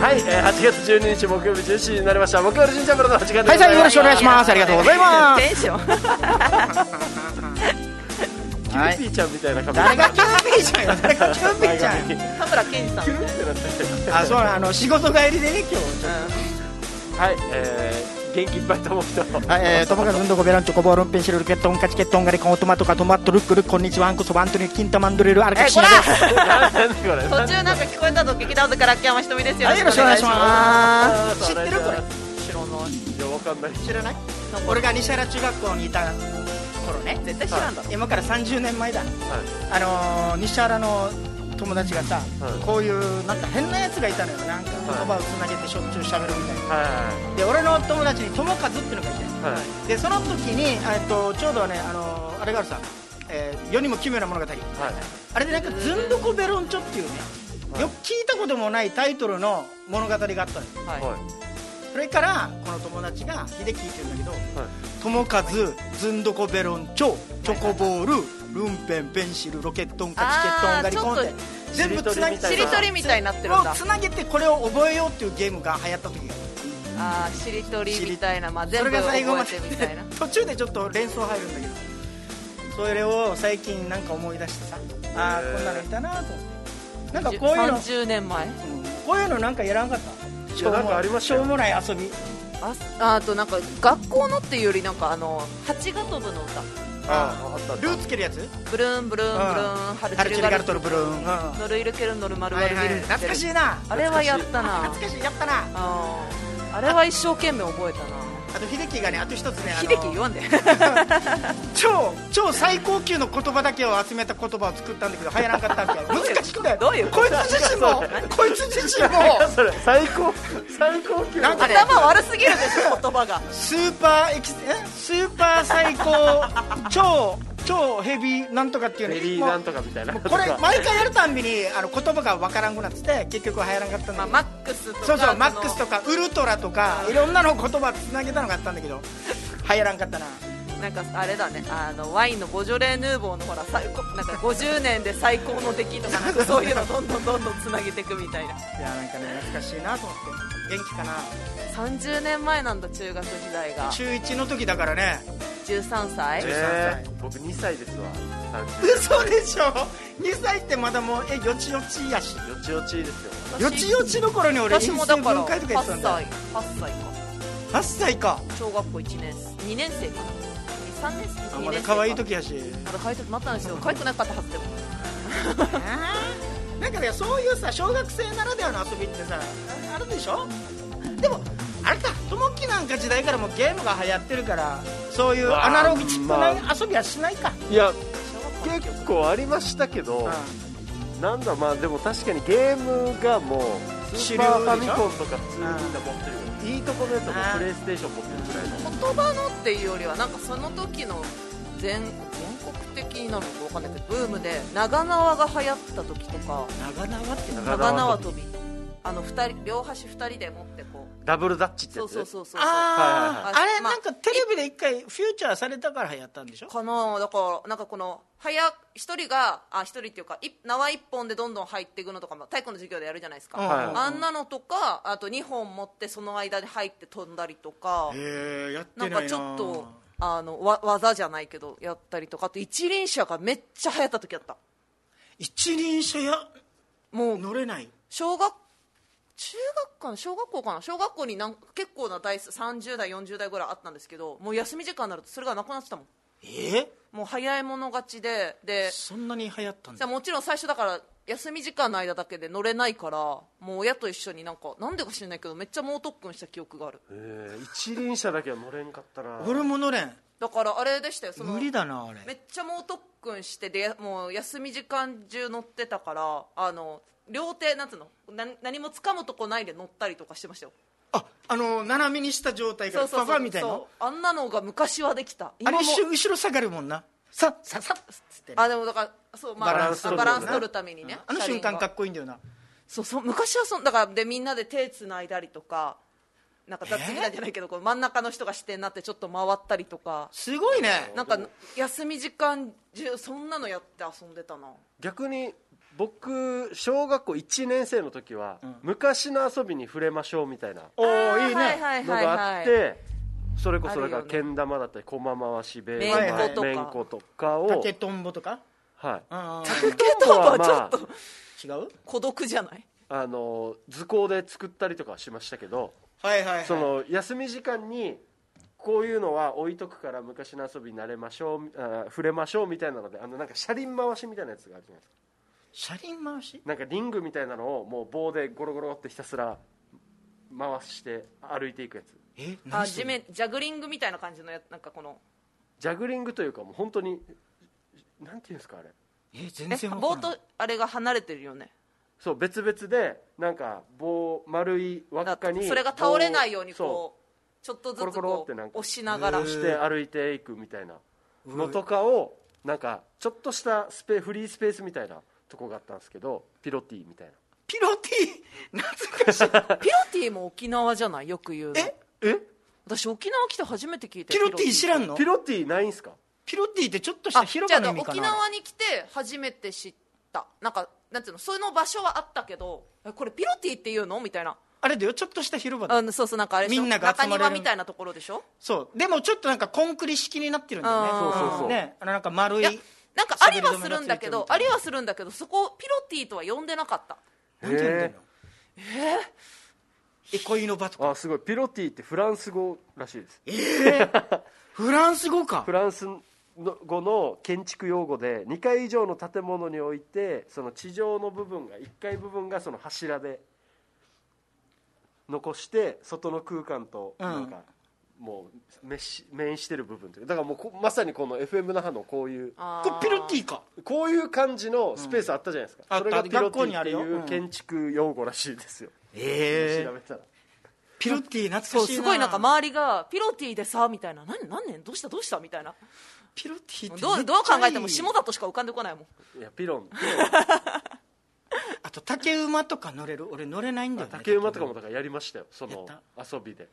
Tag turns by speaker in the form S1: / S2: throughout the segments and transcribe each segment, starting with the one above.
S1: はい、えー、8月12日木曜日10時になりました木曜日新チャンネルの時間で
S2: はいさんよろしくお願いしますありがとうございま
S3: テンション
S2: す
S1: キ
S2: は
S1: ュー
S2: い
S1: ピーちゃんみたいな髪
S2: 誰がキューピーちゃんよ誰がキューピーちゃんよ
S3: 田村健二さん
S1: キュ
S3: み
S1: ルっ
S3: たい
S1: てなってる
S2: あそうなのあの仕事帰りでね今日
S3: な、うん
S1: はい、えー、元気いっぱいと思う人
S2: はい、えー、トマカズンドコベランチョコボールンペンシルルケットンカチケットンガリコンオトマトカトマットルックルこんにちはアンコソバントニーキンタマンドリルアルカシアで
S3: え
S2: す
S1: なんでこれ
S3: 途中なんか聞こえたぞ劇団ズから秋山ひとみですよ
S2: はいよろしくお願いしま
S1: 知
S2: す
S1: ってるこれ
S3: す知らない
S1: いやわかんない
S2: 知らない俺が西原中学校にいた頃ね
S3: 絶対知らんだろ
S2: 今から30年前だ
S1: は
S2: あのー、西原の友達がさ、
S1: はい
S2: こういうなんか変なやつがいたのよなんか言葉をつなげてしょっちゅう喋るみたいな、
S1: は
S2: で俺の友達に友和っていうのがいて
S1: いはい
S2: でその時にえっとちょうどねあのーあれがあるさ、えー世にも奇妙な物語
S1: はい
S2: あれでなんか「ズンドコベロンチョ」っていうね
S1: はい
S2: よく聞いたこともないタイトルの物語があったのよ
S3: はい
S1: はい
S2: それからこの友達が秀樹っていうんだけど
S1: はい
S2: 「友和ズンドコベロンチョチョコボールルンペンペンシルロケットンカチケットンガリコン」っ
S3: あー
S2: て全部つなげ
S1: ちょっと
S3: しりとりみたいになってるん
S2: を
S3: だ
S2: つなげてこれを覚えようっていうゲームが流行った時が
S3: あーしりとりみたいなまあ全
S2: そ
S3: 部
S2: れが
S3: 覚
S2: 最後ま
S3: え
S2: で
S3: てみたいな
S2: 途中でちょっと連想入るんだけどそれを最近なんか思い出してさあ
S1: へ
S2: あ
S1: ー
S2: こんなのいたなと思ってなんかこういうの
S3: 30年前
S2: こういうのなんかやらんかった
S1: いやなんかありました
S2: し
S1: よ
S2: ょうもない遊び
S3: ああとなんか学校のっていうよりなんかあの蜂が飛ぶの歌
S1: ああったあった
S2: ルーつけるやつ
S3: ブルーンブルーンブルーンハル
S2: ハル
S3: チル
S2: チル
S3: ガ
S2: ガ
S3: ル
S2: ルトルブルーンうんは
S3: ノルイルケルンノルマ
S2: い
S3: ルワル
S2: は
S3: ビ
S2: い
S3: ル
S2: 懐かし
S3: い
S2: いな
S3: あれはやったな
S2: 懐かしいやったな
S3: あーあれは一生懸命覚えたな
S2: あと秀樹がねあと一つねあの
S3: 秀樹読んで
S2: 超超最高級の言葉だけを集めた言葉を作ったんだけど流行らなかったわけ難しくて
S3: どういうこと
S2: こいつ自身もこいつ自身も
S1: いやそれ最高最高級
S2: なんかね
S3: 頭悪すぎるでしょ言葉が
S2: スーパーエキスえスーパー最高超超ヘビーなんとかっていう
S1: メ
S2: ね
S1: リーなんとかみたいな
S2: もうもうこれ毎回やるたんびにあの言葉がわからんくなってて結局はやらなかったん
S3: ま
S2: だ
S3: あ
S2: けど、
S3: マックスとか
S2: そうそう
S3: の
S2: マックスとかウルトラとかいろんなの言葉つなげたのがあったんだけどはやらんかったな
S3: なんかあれだねあのワインのボジョレーヌーボーのほら最高なんか50年で最高の出来とかなんかそういうのどんどんどんどんつなげていくみたいない
S2: やなんかね懐かしいなと思って元気かな
S3: 30年前なんだ中学時代が
S2: 中1の時だからね
S3: 13歳
S1: えー僕2歳ですわ30
S2: 嘘でしょ2歳ってまだもうえよちよちやし
S1: よちよちですよ
S2: よちよちの頃に俺
S3: 私もだから
S2: 因数分解とか言ってた
S3: 8
S2: んだ
S3: 歳8歳か
S2: 8歳か
S3: 小学校1年2年生かな3年生
S2: あ
S3: 2
S2: まだ
S3: 年生
S2: 可愛い
S3: か
S2: 時やし
S3: まだ可愛い時もあったんですよ可愛くなかったはずでも
S2: なんかねそういうさ小学生ならではの遊びってさああるでしょでもあれかともきなんか時代からもうゲームが流行ってるからそういう
S1: うわー
S2: アナログチップな
S1: ま
S2: 遊びはしないか、
S1: いや
S3: 小学校の記憶
S1: 結構ありましたけど、
S2: う
S1: なんだまあでも確かにゲームがもうス
S2: 主
S1: ー
S2: 流
S1: パ
S2: でしょ
S1: ーファミコンとか普通にみんな持ってるけどいいとこのやつはもうプレイステーション持ってるぐらいの
S3: 言葉のっていうよりはなんかその時の全全国的なのか分かんないけどブームで長縄が流行った時とか
S2: 長縄って
S1: 長縄
S3: 長縄跳びあの二人両端2人で持ってこ
S1: ダブルダッチっ
S3: う
S1: て
S3: そ
S1: や
S3: う
S1: つ
S3: そうそうそう
S2: あー、
S3: はいはいはい
S2: あれなんかテレビで一回フューチャーされたから流行ったんでしょ
S3: このだからなんかこの早く一人があ一人っていうかい縄一本でどんどん入っていくのとかも体育の授業でやるじゃないですか、
S1: はい
S3: あんなのとかあと2本持ってその間で入って飛んだりとか
S2: へえやって
S3: なんかちょっとあのわ技じゃないけどやったりとかあと一輪車がめっちゃ流行った時あった
S2: 一輪車や
S3: もう
S2: 乗れない
S3: 小学中学かな小学校かな小学校になん結構な台数30代40代ぐらいあったんですけどもう休み時間になるとそれがなくなってたもん
S2: え
S3: もう早い者勝ちでで
S2: そんなに流行ったん
S3: さ
S2: だ
S3: もちろん最初だから休み時間の間だけで乗れないからもう親と一緒になんかなんでか知らないけどめっちゃ猛特訓した記憶がある
S1: えー一輪車だけは乗れんかったな
S2: 俺も乗れん
S3: だからあれでしたよその
S2: 無理だなあれ
S3: めっちゃ猛特訓してでもう休み時間中乗ってたからあの両手なんつうのな何も掴むとこないで乗ったりとかしてましたよ
S2: ああの斜めにした状態からパパみたいな
S3: そうあんなのが昔はできた
S2: あれ
S3: も
S2: 一瞬後ろ下がるもんなさささっつってね
S3: あでもだからそう、まあ、
S2: バ
S3: バ
S2: ラ
S3: ラ
S2: ン
S3: ン
S2: ス取
S3: ス
S2: る
S3: 取るためにね、
S2: あの瞬間か
S3: 車輪が
S2: っこいいんだよな
S3: そうそう昔はそんだからでみんなで手つないだりとかなんか雑技なんじゃないけど、こう真ん中の人が視点になってちょっと回ったりとか
S2: すごいね
S3: なんか休み時間中そんなのやって遊んでたな
S1: 逆に僕小学校1年生の時は、
S2: うん
S1: 昔の遊びに触れましょうみたいな
S2: おお
S3: あー
S2: いい
S3: はい
S2: ね
S3: はい
S1: の
S3: はい
S1: があ
S3: は
S1: っ
S3: い
S1: て、それこそだから
S3: あるよね
S1: けん玉だったり駒回しベ
S3: め
S2: んことか
S1: めんことかを
S2: 竹とんぼとか
S1: はい
S2: うんうん
S3: 竹とは
S1: ま
S3: ちょ
S1: あ
S3: っと
S2: 違う
S3: 孤独じゃない
S1: あの図工で作ったりとかはしましたけど、
S2: はいはいはい
S1: その休み時間にこういうのは置いとくから昔の遊びに慣れましょうあー触れましょうみたいなのであのなんか車輪回しみたいなやつがあるじゃないですか
S2: 車輪回し
S1: なんかリングみたいなのをもう棒でゴロゴロってひたすら回して歩いていくやつ
S2: え
S3: あ
S2: 何して
S3: 地
S2: んの
S3: 面ジャグリングみたいな感じのやなんかこの
S1: ジャグリングというかもう本当になんていうんですかあれ
S2: え全
S3: え
S2: 然わ
S3: 棒
S2: からん
S3: とあれが離れてるよね
S1: そう別々でなんか棒丸い輪っかに
S3: それが倒れないように
S1: 棒を
S3: こうちょっとず
S1: コロ
S3: つ
S1: コロっ
S3: こ
S1: てなん
S3: う
S1: か
S3: 押しながら
S2: へ
S3: は
S2: ー
S3: い
S1: そうして歩いていくみたいな
S2: う
S1: のとかをなんかちょっとしたスペフリースペースみたいなとこがあったんですけどピロティみたいな
S2: ピロティ懐かしい
S3: ピロティも沖縄じゃないよく言うの
S2: え
S1: え
S3: 私沖縄来て初めて聞いた
S2: ピロティ知らんの
S1: ピロティないんすか
S2: ピロティってちょっとし
S3: あ
S2: た広場
S3: じゃ
S2: の意
S3: あ
S2: 味か
S3: 沖
S2: な
S3: 縄に来て初めて知ったなんかなんていうのその場所はあったけどえこれピロティっていうのみたいな
S2: あれだよちょっとした広場だ
S3: あ
S2: よ
S3: のそうそうなんかあれでしょ
S2: みんなが集まれる
S3: 中庭みたいなところでしょ
S2: そうでもちょっとなんかコンクリ式になってるんだよね
S3: あ
S1: ーそうそうそうん
S2: ねあのなんか丸
S3: い
S2: い
S3: やなんかありはするんだけどあ
S2: 滑り
S3: りはするんだけどそこをピロティとは呼んでなかった
S2: なんて呼んでん
S1: へ
S2: のえ憩いの場とか
S1: ーあすごいピロティってフランス語らしいです
S2: フランス語か
S1: フランスの語の建築用語で2階以上の建物においてその地上の部分が1階部分がその柱で残して外の空間と
S2: うん
S1: なんかもうメッシ面してる部分というかだからもうこまさにこの FM 那覇のこういう
S3: あ
S2: これピロテ
S3: ィ
S2: ィか
S1: こういう感じのスペースあったじゃないですか、
S2: うん
S1: それがピロ
S2: あっ
S1: テ
S2: た学校に
S1: ィ
S2: あ
S1: って
S2: るよ
S1: いううん建築用語らしいですよ、
S2: え
S1: 調べたら
S2: ピロティ懐かしい
S3: そ
S2: な
S3: うすごいなんか周りがピロティでさみたいな何何年どうしたどうしたみたいな
S2: ピロティって
S3: ど
S2: めっちゃい
S3: う
S2: い
S3: どう考えても下だとしか浮かんでこないもん
S1: いやピロンピ
S2: あと竹馬とか乗れる俺乗れないんだ
S1: ロ
S2: よ
S1: ン
S2: ね
S1: 竹馬とかもだからやりましたよそ
S2: や
S1: の
S2: った
S1: 遊びで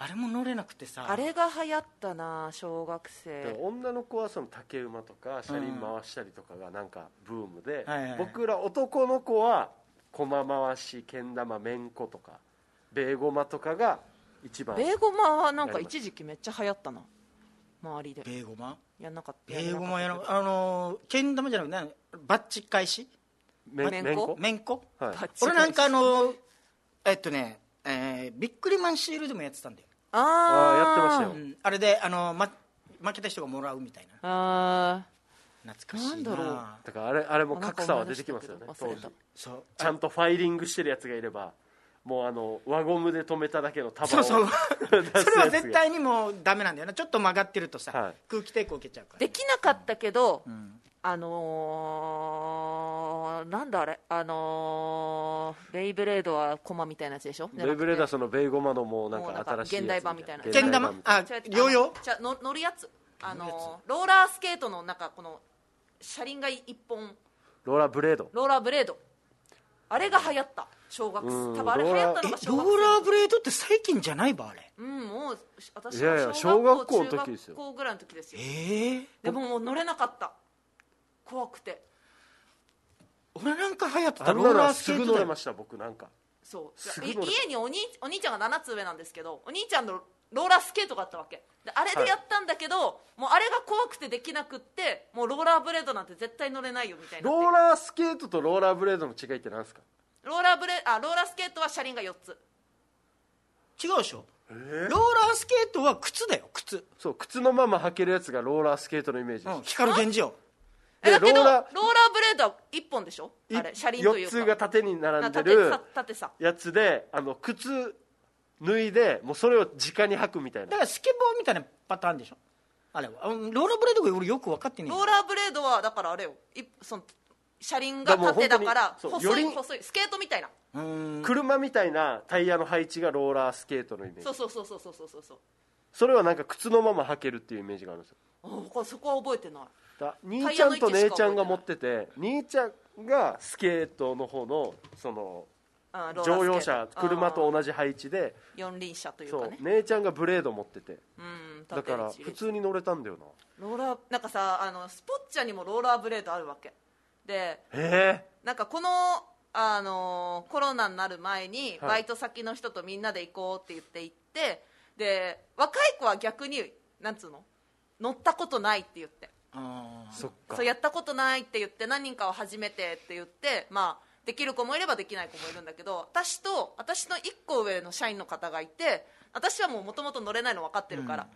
S2: あれも乗れなくてさ
S3: あれが流行ったな小学
S1: だから
S3: 生
S1: 女の子はその竹馬とか車輪回したりとかがなんかブームで、
S2: はいはいはい
S1: 僕ら男の子は駒回しけん玉めんことかベーゴマとかが一番
S3: ベーゴマはなんか一時期めっちゃ流行ったな周りで
S2: ベーゴマ
S3: やんなかった
S2: ベーゴマや
S3: か
S2: ら
S3: っ
S2: あのーけん玉じゃなくて何バッチ返し
S1: め
S3: めんこ
S1: めんこ
S2: めんこ
S1: はい
S3: たバッチ返し
S2: 俺なんかあのーえっとねえービックリマンシールでもやってたんだよ
S3: た
S1: あーやってました
S3: あ
S1: よ
S2: うんあれであのーま負けた人がもらうみたい
S3: あ
S2: な懐かしいな
S3: なんだろう
S1: だからあれあれ
S3: ー
S1: も格差は出てきますよね
S3: なんか
S1: 当
S3: 思い出
S1: 時
S3: した
S2: そ
S3: けど忘れ
S2: う
S1: ちゃんとファイリングしてるやつがいればもうあの輪ゴムで止めただけの束
S2: そう
S1: を
S2: そう
S1: 出すやつが
S2: それは絶対にもうダメなんだよなちょっと曲がってるとさ、
S1: はい
S2: 空気抵抗受けちゃうか
S3: た
S2: ら
S3: できなかったけど
S2: ん
S3: あのーなんだあれあのーレイブレードはコマみたいなやつでしょ
S1: ベイブレーダーそのベイゴマのもうなん
S3: もう
S1: か
S3: なんか
S1: 新しいやつ
S3: 現代版みたいな
S2: けん玉あ
S3: 違う違う
S2: ヨーヨー
S3: あのじゃあの乗るやつあのーローラースケートのなんかこの車輪が一本
S1: ローラーブレード
S3: ローラーブレードあれが流行った小学
S1: うん
S3: 生多分あれ流行った
S2: え
S3: の
S2: ロ
S3: が小学生
S2: ーラーブレードって最近じゃないばあれ
S3: うんもう私
S1: いやいや
S3: が小学校
S1: 小学校の
S3: 中
S1: 時ですよ
S3: 学校ぐらいの時ですよ
S2: ええ
S3: でももう乗れなかった怖くて
S2: 俺なんか流行って
S1: あ
S2: た
S1: ん
S2: ロ
S1: な
S2: ーラ
S1: の
S2: ースケ
S1: すぐ
S2: ート
S1: 乗
S2: だ
S1: れ
S2: よ
S1: ました僕なんか
S3: そう
S1: すご
S3: い
S1: い乗れた
S3: 家にお兄お兄ちゃんが7つ上なんですけどお兄ちゃんのローラースケートがあったわけであれでやったんだけど、もうあれが怖くてできなくってもうローラーブレードなんて絶対乗れないよみたいになって
S1: ローラースケートとローラーブレードの違いって何ですか
S3: ローラーブレあローラースケートは車輪が4つ
S2: 違うでしょロー
S1: え
S2: ラースケートは靴だよ靴、
S1: そう靴のまま履けるやつがローラースケートのイメージ
S2: うん、
S1: です、
S2: 光源氏よ
S3: えだけど
S1: ロー
S3: ロー
S1: ラ
S3: ラ
S1: ー
S3: ーブレードは1本でしょ
S1: い
S3: あれ車輪というか
S1: 4つが縦に並んで
S3: 縦
S1: る
S3: さ縦さ
S1: やつであの靴脱いでもうそれを直に履くみたい
S2: だ
S1: な
S2: からスケボーみたいなパターンでしょあれはうんローラーブレードが俺よく分かってねえんだ
S3: ローラーブレードはだからあれよいその車輪が縦だか
S1: だ
S3: ら
S1: からもう本当にそう
S3: 細い
S1: より
S3: 細いスケートみたいな
S2: うーん
S1: 車みたいなタイヤの配置がローラースケートのイメージ
S3: そうそうそうそうそうそうそうそう
S1: それはなんか靴のまま履けるっていうイメージがあるんですよ
S3: あ僕はそこは覚えてない
S1: だ兄ちゃんと姉ちゃんが持ってて兄ちゃんがスケートの方のその
S3: あローラースケート
S1: 乗用車車
S3: あ
S1: と
S3: ー
S1: 同じ配置で
S3: 四輪車という
S1: そ
S3: か
S1: う
S3: ね
S1: 姉ちゃんがブレード持ってて
S3: うん
S1: だ
S3: 縦
S1: から
S3: 一
S1: 普
S3: 列
S1: 通に乗れたんだよな
S3: ローラーなんかさあのスポッチャにもローラーブレードあるわけで
S1: え
S3: なんかこの、あのーコロナになる前に
S1: はい
S3: バイト先の人とみんなで行こうって言って行ってで若い子は逆になんつうの乗ったことないって言って
S1: ー、そっか
S3: そうやったことないって言って何人かは初めてって言って、まあ、できる子もいればできない子もいるんだけど私と私の1個上の社員の方がいて私はもともと乗れないの分かってるから。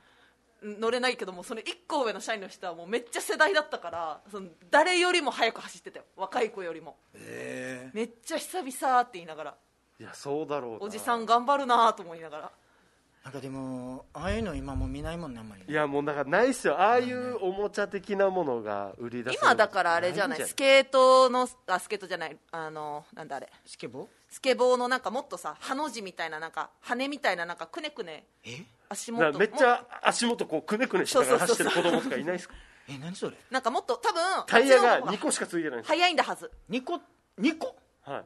S3: 乗れないけどもその1個上の社員の人はもうめっちゃ世代だったからその誰よりも早く走ってたよ若い子よりも
S2: え
S3: めっちゃ久々って言いながら
S1: いやそうだろうな
S3: おじさん頑張るなと思いながら
S2: ー、なんかでもああいうの今もう見ないもんねあんまり
S1: いやもうだからないっすよああいうおもちゃ的なものが売り出される
S3: 今だからあれじゃない
S1: ん
S3: スケートのあスケートじゃないあのなんだあれ
S2: スケボー
S3: スケボーのなんかもっとさハの字みたいななんか羽みたいななんかくねくね
S2: え
S3: 足
S1: だから
S3: 元
S1: めっちゃ足元こうくねくねしながら走ってる子
S3: そうそうそうそ
S1: 供
S3: う
S1: とかいないっすか
S2: え何それ
S3: なんかもっと多分
S1: タイヤ
S3: あっちの
S1: が
S3: 方
S1: 2個しかついてないんですよ
S3: 速いんだはず
S2: 2個2個
S1: はい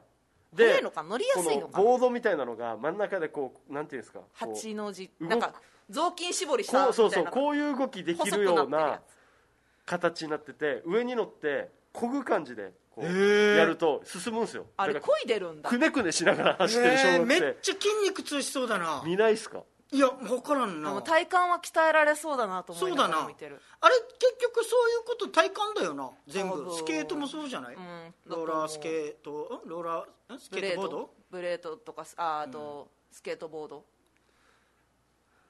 S3: 速いのか乗りや
S1: こ
S3: すいの
S1: の
S3: か
S1: ボードみたいなのが真ん中でこうなんていうんですかこう
S3: 8の字
S1: 動く
S3: なんか雑巾絞りしたみたい
S1: こ
S3: な
S1: うそうそうこういう動きできるよ
S3: 細
S1: う
S3: くなってるや
S1: な形になってて上に乗ってこぐ感じでこ
S2: へ
S1: う
S2: ー
S1: やると進むんですよ
S3: あれ
S1: だか
S3: 漕いでるん
S1: ら
S3: だ
S1: くねくねしながら走ってる
S2: え
S1: 小
S2: ー
S1: 学
S2: めっ
S1: 生
S2: ちゃ筋肉痛しそうだな
S1: 見ないっすか
S2: いや分からんな
S3: もう体幹は鍛えられそうだなと思
S2: そ
S3: いうな
S2: だ
S3: がら
S2: な
S3: 見てる
S2: あれ結局そういうこと体感だよな全
S3: 多
S2: 部
S3: 分
S2: スケートもそうじゃない、
S3: ん
S2: ローラースケートんローラーんスケ
S3: ブレ
S2: ー
S3: ー
S2: トボード
S3: ドブレードとかああと、スケートボード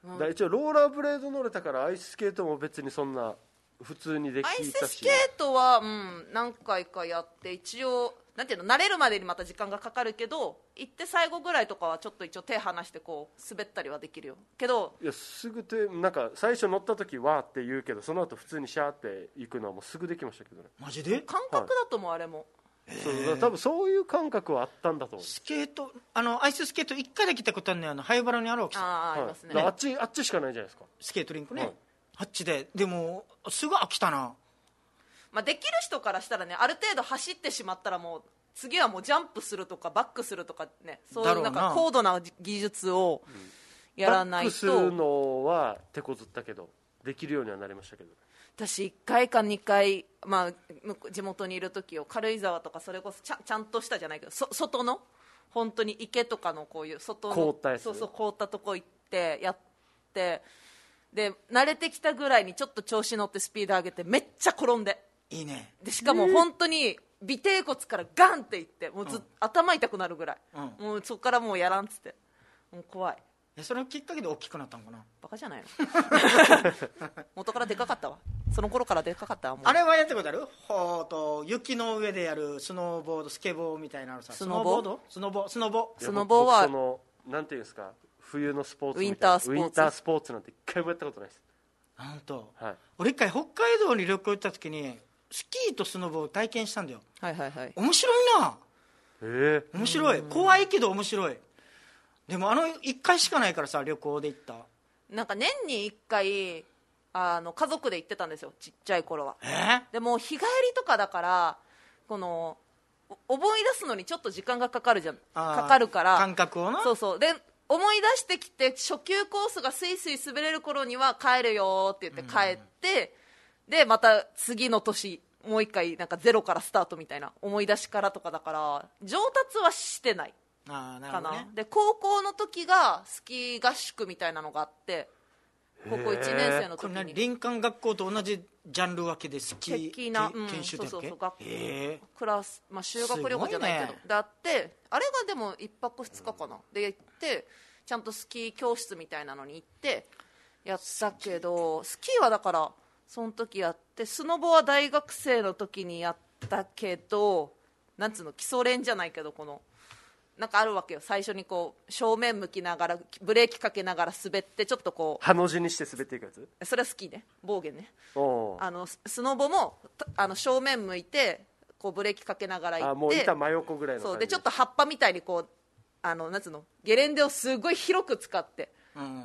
S1: だから一応ローラーブレード乗れたからアイススケートも別にそんな普通にでき
S3: アイス
S1: た
S3: ス
S1: し
S3: ケートは、うん、何回かやって一応なんていうの慣れるまでにまた時間がかかるけど行って最後ぐらいとかはちょっと一応手離してこう滑ったりはできるよけど
S1: いやすぐてなんか最初乗った時はって言うけどその後普通にシャーって行くのはもうすぐできましたけどね、
S2: マジで
S3: 感覚だともあれも、
S1: そうだから多分そういう感覚はあったんだと思う
S2: スケートあのアイススケート1回だけ行ったことあるのよあの灰原にあるわけさ
S3: ああ、
S1: はい
S3: ありますね
S1: だからあっちあっちしかないじゃないですか
S2: スケートリンクね、
S1: はい
S2: あっちででもすぐ飽きたな
S3: まあ、できる人からしたらねある程度走ってしまったらもう次はもうジャンプするとかバックするとかねそうい
S2: だ
S3: う
S2: ろう
S3: な
S2: なん
S3: か高度な技術をやらない
S1: バックする
S3: と
S1: のは手こずったけどできるようにはなりましたけど
S3: 私1回か2回、まあ、向こう地元にいる時よ軽井沢とかそれこそちゃちゃんとしたじゃないけどそ外の本当に池とかのこういう外の
S1: 凍ったやつ
S3: そうそう凍ったとこ行ってやってで慣れてきたぐらいにちょっと調子乗ってスピード上げてめっちゃ転んで。
S2: いいね
S3: でしかも本当に尾てい骨からガンっていってもうず、頭痛くなるぐらい、
S2: う
S3: もうそこからもうやらんっつってもう怖い
S2: えそれのきっかけで大きくなったのかな
S3: バカじゃないの 元からでかかったわその頃からでかかったわもう
S2: あれはやったことあるほうと雪の上でやるスノーボードスケボーみたいなのさ
S3: スノボ
S2: スノボスノボ
S3: スノボは
S1: 僕そのなんていうんですか冬のスポーツみたいな
S3: ウィンタースポーツ
S1: ウィンタースポーツなんて一回もやったことないです
S2: なんと、
S1: はい
S2: 俺一回北海道に旅行行った時にスキーとスノボを体験したんだよ
S3: はいはいはい
S2: 面白いな
S1: ええ
S2: 面白い怖いけど面白いでもあの1回しかないからさ旅行で行った
S3: なんか年に1回あの家族で行ってたんですよちっちゃい頃は
S2: え
S3: でも日帰りとかだからこのお思い出すのにちょっと時間がかかるじゃん
S2: あー
S3: かかるから
S2: 感覚をな
S3: そうそうで思い出してきて初級コースがスイスイ滑れる頃には帰るよって言って帰って、でまた次の年もう一回なんかゼロからスタートみたいな思い出しからとかだから上達はしてない
S2: ああなる
S3: か
S2: ほど
S3: な、
S2: ね
S3: で高校の時がスキー合宿みたいなのがあって高校1年生の
S2: こ
S3: 時
S2: れ何
S3: に
S2: 林間学校と同じジャンル分けでスキー
S3: 的な
S2: け
S3: うん
S2: 研修だっけ
S3: そうそうそう学校
S2: へえ
S3: クラス、まあ、修学旅行じゃないけ
S2: す
S3: ど
S2: ごいね
S3: だってあれがでも1泊2日かなで行ってちゃんとスキー教室みたいなのに行ってやったけどスキーはだからその時やってスノボは大学生の時にやったけどなんつうの基礎練じゃないけどこのなんかあるわけよ最初にこう正面向きながらブレーキかけながら滑ってちょっとこ
S1: ハの字にして滑っていくやつ
S3: うそれはスキーね暴言ね
S1: おう
S3: あのススノボもたあの正面向いてこうブレーキかけながら行って
S1: あもう板真横ぐらいの感じ
S3: そうでちょっと葉っぱみたいにこうあのなんつうのゲレンデをすごい広く使って
S2: うん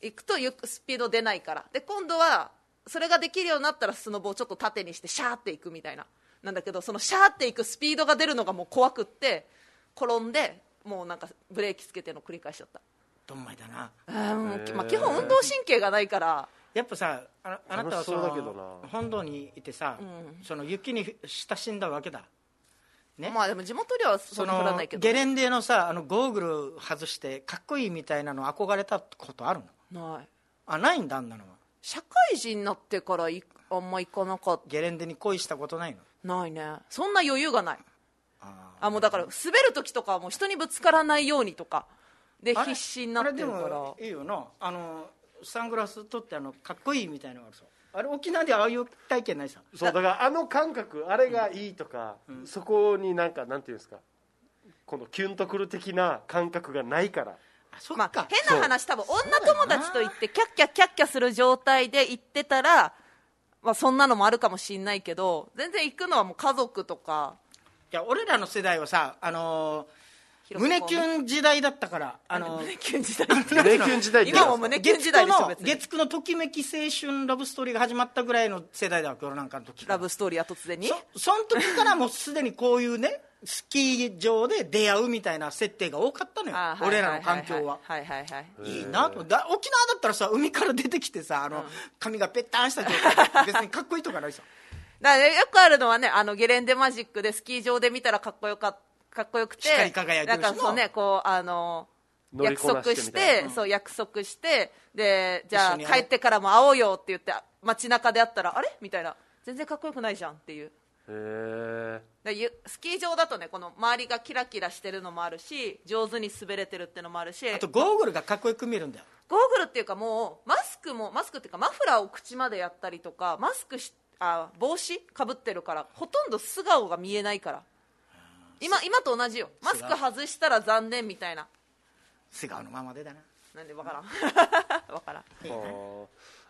S3: いくとゆくスピード出ないからで今度はそれができるようになったらスノボをちょっと縦にしてシャーっていくみたいななんだけどそのシャーっていくスピードが出るのがもう怖くって転んでもうなんかブレーキつけての繰り返しちゃった
S2: どんまいだな
S3: あーもうきまあ、基本運動神経がないから
S2: やっぱさああなたはその
S1: 楽しそうだけどな
S2: 本土にいてさ、
S3: ん
S2: その雪に親しんだわけだね
S3: まあでも地元ではそ
S2: そ
S3: んな降ら
S2: の
S3: ないけど
S2: ゲレンデのさあのゴーグル外してかっこいいみたいなの憧れたことあるの
S3: ない
S2: あないんだあんなのは
S3: 社会人になってからいあんま行かなかっ
S2: ゲレンデに恋したことないの
S3: たないねそんな余裕がない
S2: あ
S3: あもうだから滑る時とかはもう人にぶつからないようにとかで
S2: ーあれ
S3: 必死になってるか
S2: あれで
S3: ら
S2: もいいよなあのサングラス取ってあのかっこいいみたいなのがあるさあれ沖縄でああいう体験ないさ
S1: そうだからあの感覚あれがいいとか、そこになんかなんていうんですかこのキュンとくる的な感覚がない から
S2: あそっ
S3: ま
S2: か、
S3: あ、変な話多分女友達と行ってキャッキャキャッキャする状態で行ってたら、まあ、そんなのもあるかもしんないけど全然行くのはもう家族とか
S2: いや俺らの世代はさあのー
S3: 広瀬
S2: 胸
S3: 香
S2: キュン時代だったからあ のー
S3: 胸キュン時代っ て
S1: 胸キュン時代って
S3: 今も胸キュン時代でしょ
S2: 月
S3: 別
S2: 九の
S3: に
S2: 月9のときめき青春ラブストーリーが始まったぐらいの世代だわけ俺なんかの時
S3: ラブストーリーは突然に
S2: そその時からもうすでにこういうねスキー場で出会うみたいな設定が多かったのよ
S3: あーはい
S2: 俺らの環境は。
S3: はいはいはい
S1: いはい
S2: いいなと思ってだ沖縄だったらさ海から出てきてさあの、髪がぺったんした状 態で別にかっこいいとかないさ
S3: だからねよくあるのはねあのゲレンデマジックでスキー場で見たらかっこよかっかっこよくて
S2: 光り輝いてるしな
S3: なんかそうねこうあの
S1: 乗り
S3: 約
S1: こな
S3: 束
S1: して
S3: し
S1: みたい
S3: て、そう約束してでじ
S2: 一
S3: ゃ
S2: 緒
S3: あ
S2: にやろう
S3: 帰ってからも会おうよって言ってあ街中で会ったらあれみたいな全然かっこよくないじゃんっていう
S1: へえ
S3: だゆスキー場だとねこの周りがキラキラしてるのもあるし上手に滑れてるってのもあるし
S2: あとゴーグルがかっこよく見えるんだよ
S3: ゴーグルっていうかもうマスクもマスクっていうかマフラーを口までやったりとかマスクしあ帽子かぶってるからほとんど素顔が見えないから今今と同じよマスク外したら残念みたいな
S2: 素顔のままでだな
S3: なんでわからん わからん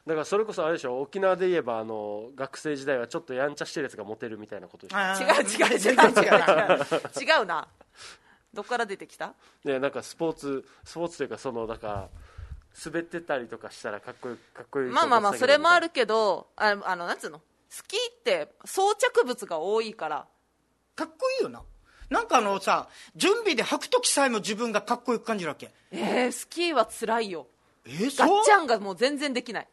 S1: だからそれこそあれでしょ沖縄で言えばあの学生時代はちょっとやんちゃしてるやつがモテるみたいなことでしょ
S2: あ
S3: 違
S2: ー
S3: う違う違う違う違
S2: 全然違うな
S3: う違うなどっから出てきた
S1: ね、なんかスポーツスポーツというかそのだから滑ってたりとかしたらかっこいいかっこいいと思ってたけど
S3: まあまあまあそれもあるけどああのなんつうのスキーって装着物が多いから
S2: かっこいいよななんかあのさ準備で履く時さえも自分がかっこよく感じるわけ
S3: えー、スキーは辛いよ
S2: えー、
S3: ガ
S2: そう
S3: ッチャンがもう全然できない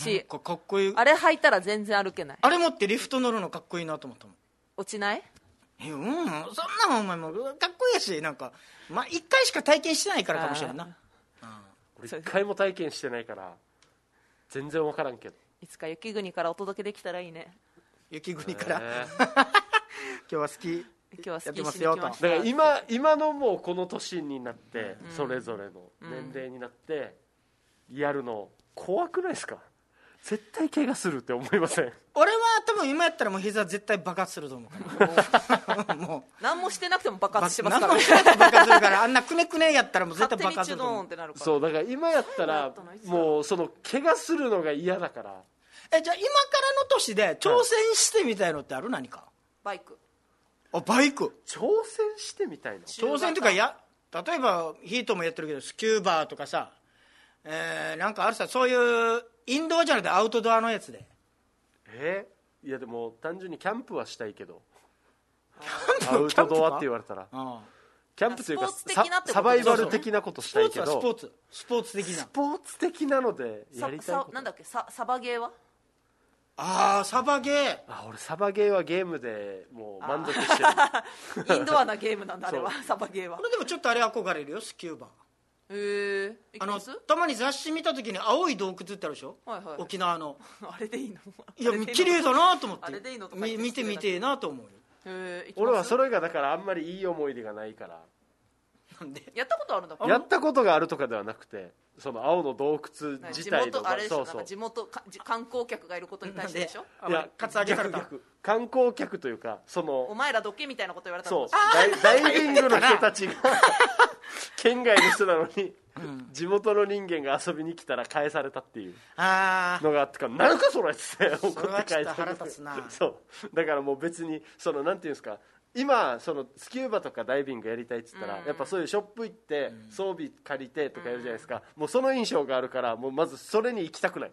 S2: なん
S3: し
S2: かかっこいいあ
S3: あれ履いたら全然歩けない
S2: れ持ってリフト乗るのかっこいいなと思ったもん
S3: 落ちない
S2: えうんそんなもんお前もうかっこいいやしなんかまあ1回しか体験してないからかもしれんな
S1: 俺一回も体験してないから全然分からんけど
S3: いつか雪国からお届けできたらいいね
S2: 雪国から、
S1: ね
S2: 今日は好き
S3: 今日はスキ
S2: や
S3: ー
S2: っ
S3: してに
S2: ますよ
S3: 来まし
S1: だか
S3: た
S1: ら 今今のもうこの年になって、それぞれの年齢になって、やるの怖くないですか絶対怪我するって思いません
S2: 俺は多分今やったらもう膝絶対爆発すると思う からもう
S3: 何もしてなくても爆
S2: 爆
S3: 発してますから
S2: 何もしなくて爆発するからあんなくねくねやったらもう絶対
S3: 勝手
S2: 爆
S3: に
S2: 発す
S3: チュ
S2: る
S3: ド
S2: と
S3: ー
S2: 思
S3: ン
S2: う
S3: ってなるから
S1: そうだから今やったらもうその怪我するのが嫌だから
S2: えじゃあ今からの年で挑戦してみたいのってある何か
S3: バイク
S2: あバイク
S1: 挑戦してみたいの
S2: 挑戦というかや例えばヒートもやってるけどスキューバーとかさ、えーなんかあるさそういうインドアじゃなくてアウトドアのやつで
S1: えいやでも単純にキャンプはしたいけ ど
S2: キャ
S1: ア
S2: ン
S1: ウ
S2: プか
S1: トドアって言われたら
S2: ああ
S1: キャンプというか
S3: スポーツ的なってこと
S1: ササバイバル的なことし
S2: ス
S1: た
S2: ポ
S1: い
S2: ー
S1: け
S2: ツはスポー
S1: ど
S2: ツスポーツ的な
S1: スポーツ的なのでやりたい
S3: さ
S1: こ
S3: さ
S1: と
S3: なんだっけさサバゲ ーは
S2: ああサバゲー
S1: あ俺サバゲーはゲームでもう満足してる
S3: インドアなゲームなんだあれは
S1: そ
S3: サバゲーは
S2: これでもちょっとあれ憧れるよスキューバー
S3: へえ
S2: あの
S3: いきます
S2: たまに雑誌見た時に青い洞窟ってあるでしょ、
S3: はいはい
S2: 沖縄 の
S3: あれでいいの
S2: いや綺麗だなと思って
S3: あれでいいのとか言
S2: み
S3: って
S2: 見てみてえなと思うよ
S3: へえ
S1: 俺はそ
S3: れ
S1: れがだからあんまりいい思い出がないから
S2: なんで
S3: やったことあるんだっけ
S1: やったことがあるとかではなくてその青の洞窟
S3: なんか
S1: 自
S3: 地
S1: 体の
S3: 元あれでし
S1: そう
S3: ょなん
S1: そう
S3: か地元かじ観光客がいることに対してでしょ
S2: いやカツアゲされた
S1: 逆逆観光客というかそ
S3: お
S1: の
S3: 前らどけみたいなこと言われた
S1: そう
S3: の
S1: ダイダイビングの人たちが県外の人なのに、地元の人間が遊びに来たら返されたっていう
S2: ああ
S1: のがあってからなんかそれっつって怒って
S2: それはちょ
S1: 返
S2: っと
S1: さ
S2: 腹
S1: れた
S2: 立つな
S1: そうだからもう別にそのなんていうんですか今そのスキューバとかダイビングやりたいっつったら、やっぱそういうショップ行って装備借りてとかやるじゃないですか、もうその印象があるからもうまずそれに行きたくない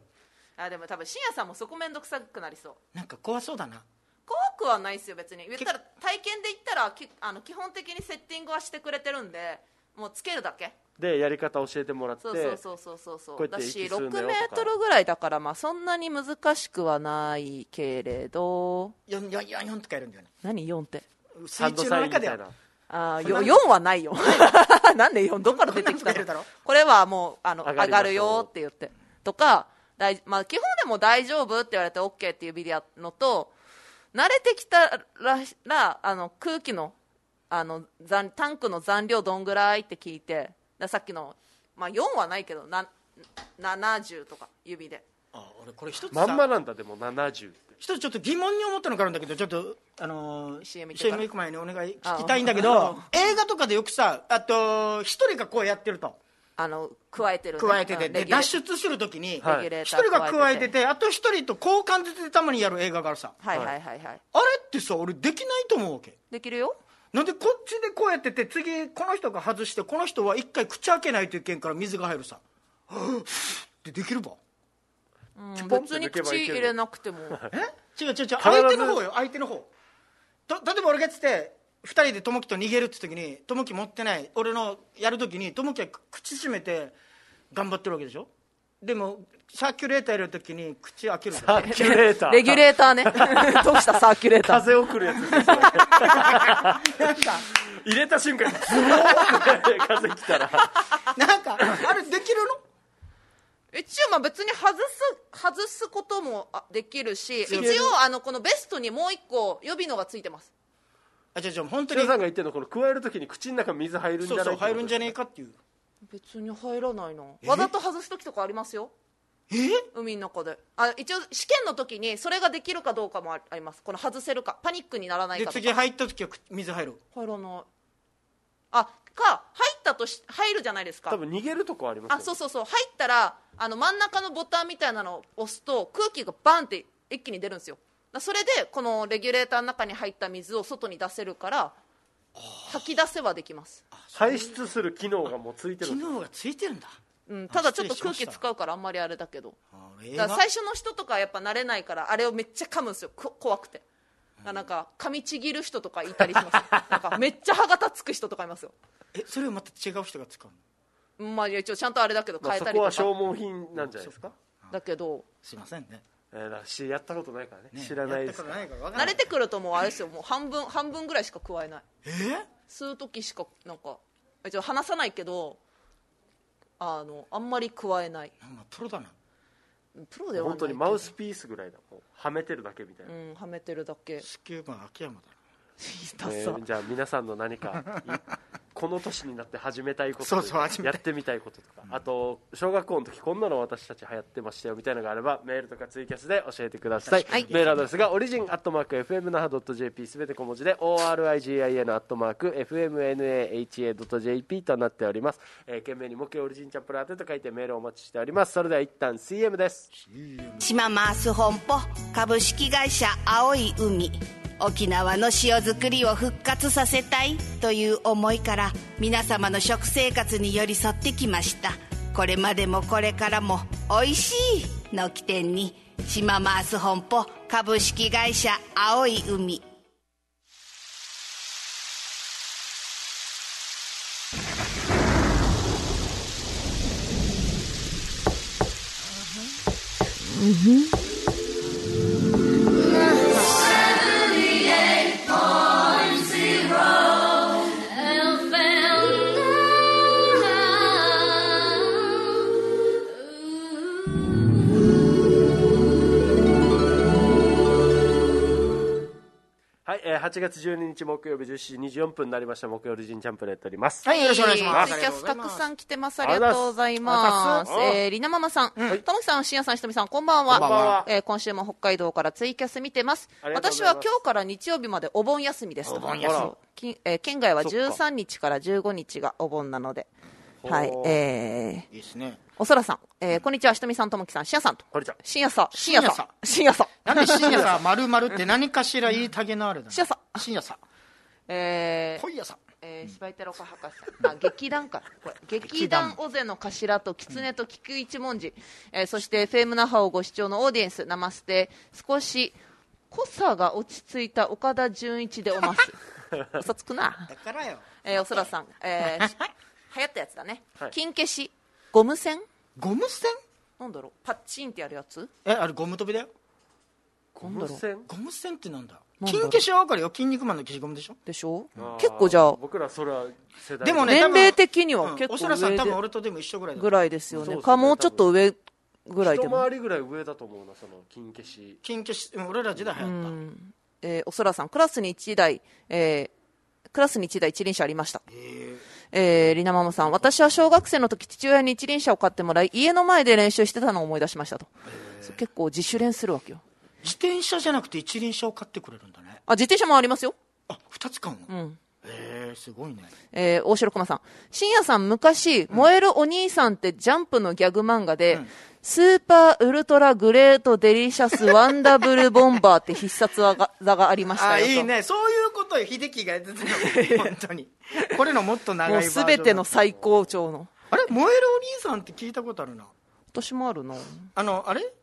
S3: あでも多分深夜さんもそこ面倒くさくなりそう
S2: なんか怖そうだな
S3: 怖くはないですよ別に言ったら体験で言ったらきあの基本的にセッティングはしてくれてるんでもうつけるだけ
S1: でやり方教えてもらって
S3: そうそうそうそうそう
S1: こう
S3: そう
S1: や
S3: だ
S1: って
S3: し
S1: 息吸うんだ
S3: 6
S1: よ
S3: メートルぐらいだからまあそんなに難しくはないけれど
S2: 4 4 4 4とかやるんだよね
S3: 何4って
S2: 水中の中でやる
S1: ハンドサインみたいな
S3: あ
S2: そんな
S3: 4はないよ なんで4どっから出てき
S2: こんなのつ
S3: た
S2: けるだろ
S3: のこれはもうあの
S1: 上が
S3: 上
S1: りましょう
S3: がるよって言ってとか大、まあ、基本でも大丈夫って言われて OK っていうビデオのと慣れてきたらあの空気のあの残タンクの残量どんぐらいって聞いてださっきの、まあ、4はないけどな70とか指で
S2: あ俺これ一つ
S1: ま
S2: さ
S1: んまなんだでも70って
S2: 一つちょっと疑問に思ったのがあるんだけどちょっとあのー
S3: CM 行ってから
S2: CM 行く前にお願い聞きたいんだけど映画とかでよくさあと一人がこうやってると
S3: あの加えてるね、
S2: 加えて
S3: う
S2: て
S3: ん
S2: で
S3: レギュレ
S2: 脱出するときに
S1: はい
S3: レギュレー
S2: 一
S3: ター
S2: 人が加えててあと一人と交換でたまにやる映画があるさ
S3: はいはいはいはい
S2: あれってさ俺できないと思うわけ
S3: できるよ
S2: なんでこっちでこうやってて次この人が外してこの人は一回口開けないといけんから水が入るさってできるば
S1: ん
S3: 別に口入れなくても
S2: え違う違う違う相手の方よ相手の方と例えば俺がつって2人で友樹と逃げるって時に友樹持ってない俺のやる時に友樹は口閉めて頑張ってるわけでしょでもサーキュレーターやる時に口開けるの
S1: サーキュレーター
S3: レギュレーター ねどうしたサーキュレーター
S1: 風を送るやつですねそれ
S2: なんか
S1: 入れた瞬間ズボーンって風来たら
S2: なんかあれできるの
S3: 一応まあ別に外す外すこともあできるし一
S1: け
S3: 応
S1: る
S3: あのこのベストにもう一個予備のがついてます
S2: あじゃあじゃあ本当
S1: 皆
S2: に
S1: さんが言ってるのこの加えるときに口の中水入るんじゃ
S2: そ
S1: な
S2: う
S1: い
S2: そう入るんじゃ
S1: な
S2: ね
S1: い
S2: えかっていう
S3: 別に入らないなわざと外す時とかありますよ
S2: え
S3: 海の中であ一応試験の時にそれができるかどうかもあありますこの外せるかパニックにならない
S2: で
S3: かと
S2: 次
S3: か
S2: 入った時は水入る
S3: 入らないあか入ったとし入るじゃないですか
S1: 多分逃げるとこありますよ
S3: あそうそうそう入ったらあの真ん中のボタンみたいなのを押すと空気がバンって一気に出るんですよだそれでこのレギュレーターの中に入った水を外に出せるから吐き出せはできます、
S1: 排出する機能がもうついてる
S2: 機
S1: んです
S2: 能がついてるんだ
S3: うん、ただちょっと
S2: 失礼しま
S3: 空
S2: した
S3: 気使うからあんまりあれだけど
S2: あ映
S3: だ
S2: 画
S3: から最初の人とかやっぱ慣れないからあれをめっちゃ噛むんですよこ怖くてだからなんか噛みちぎる人とかいたりしますなんかめっちゃ歯が立つく人とかいますよ
S2: えそれをまた違う人が使うの
S3: まあ一応ちゃんとあれだけど
S1: まあ
S3: 変え
S1: そ
S3: たり
S1: ことは
S3: か、
S1: 消耗品なんじゃないですか
S3: だけど
S2: すいませんね
S1: えーだからしやったことないからね
S2: ね
S1: 知らないです
S2: やったことないから分かん
S3: 慣
S2: な
S3: れ
S2: い
S3: てくるともうあれですよもう半分半分ぐらいしか加えない
S2: え
S3: 吸う時しかなんかえちょ話さないけどあのあんまり加えない
S2: ー、なんかプロだな
S3: プロではな
S1: 本
S3: い
S1: 当にマウスピースぐらいだもうはめてるだけみたいな
S3: う、んはめてるだけ
S2: スキューバ秋山だ
S3: ダ
S1: え
S3: サ
S1: ーじゃあ皆さんの何か いこの年になって始めたいこと
S2: そうそう始め
S1: や
S2: たい
S1: ってみたいこととかあと小学校の時こんなの私たち流行ってましたよみたいなのがあればメールとかツイキャスで教えてください、
S3: はい
S1: メールアドレスがオリジンアットマーク FMNAHA.jp すべて小文字で ORIGIN アットマーク FMNAHA.jp となっております、えー、懸命に模型オリジンチャップラーテと書いてメールをお待ちしておりますそれでは一旦 CM です
S4: 島マース本舗株式会社青い海沖縄の塩作りを復活させたいという思いから皆様の食生活に寄り添ってきましたこれまでもこれからも「おいしい」の起点に島マース本舗株式会社青い海
S1: はい、えー、8月12日木曜日17時24分になりました木曜オリジンチャンプルやっております
S2: はいよろしくお願いします
S3: ツイキャスたくさん来てます。あり
S1: ありが
S3: が
S1: とう
S3: とう
S1: ご
S3: ございます。
S1: ありがとうございます
S3: えー、りなママさん、ともきさん、しんやさん、ひとみさん、こんばん
S2: こんばん
S3: は
S2: は。
S3: えー、今週も北海道からツイキャス見てます。
S1: ありがとうござ
S3: 私
S1: います
S3: は今日から日曜日までお盆休みですと。
S2: お盆休み
S3: そうきえー県外は
S1: そっか
S3: 13日から15日がお盆なので。
S1: ほう
S3: はい。えー、
S2: いいですね
S3: おそらさん、えー、こんにちは、ひとみさん、ともきさん、しんやさんと。
S1: こんにちは
S3: しんやさ、しん
S2: し
S3: や
S2: んや
S3: さ
S2: さ、
S3: しんやさ。
S2: なんで深夜 さまるまるって何かしら言いたげのあるだな
S3: 深夜さ
S2: 深夜さ
S3: えー、
S2: 今夜さ
S3: えー、芝居太郎か博士さんあ劇団かこれ劇団尾瀬の頭と狐と菊一文字、えーそして FM 那覇をご視聴のオーディエンスナマステ少し濃さが落ち着いた岡田准一でおます嘘つくな
S2: だからよ
S3: えーおそらさん、えー、流行ったやつだね、
S1: はい
S3: 金消しゴム栓
S2: ゴム栓
S3: なんだろうパッチンってやるやつ
S2: えあれゴム飛びだよ
S1: ゴ
S3: なんだ
S1: ム
S3: ろう
S1: 栓
S2: ゴム栓ってなんだ
S3: なんだろ
S2: 金
S3: う
S2: 消しは分かるよ筋肉マンの消しゴムでしょ
S3: でしょ
S1: あー
S3: 結構じゃあ
S1: 僕らそれは世代
S2: でもね
S3: 年
S2: 多分
S3: 齢的には
S2: うん
S3: 結構
S2: おそらさん
S3: 上で
S2: 多分俺とでも一緒ぐらいだ
S3: ぐらいですよ
S1: そう
S3: ね
S1: ですね
S3: かもうちょっと上ぐらいで
S1: 一
S3: も
S1: 回りぐらい上だと思うなその金消し
S2: 金消し、うん、俺ら時代流行った、
S3: うんえーおそらさんクラスに1台、えークラスに1台一輪車ありましたえーりなママさん私は小学生の時父親に一輪車を買ってもらい家の前で練習してたのを思い出しましたとそう結構自主練するわけよ
S2: 自転車じゃなくて一輪車を買ってくれるんだね
S3: あ自転車もありますよ、
S2: あ二2つ買うの、
S3: うん
S2: へえすごいね
S3: えー大城駒さん深夜さん昔「燃えるお兄さん」ってジャンプのギャグ漫画で、スーパーウルトラグレートデリシャスワンダブルボンバーって必殺技がありましたよ
S2: あ
S3: と
S2: いいねそういうことよ秀樹がやってた の本当にこれのもっと長い
S3: も
S2: バー
S3: う
S2: ジョ
S3: す
S2: ン
S3: べての最高潮の。
S2: あれ燃えるお兄さんって聞いたことあるな
S3: 私もあるな。
S2: あのあれ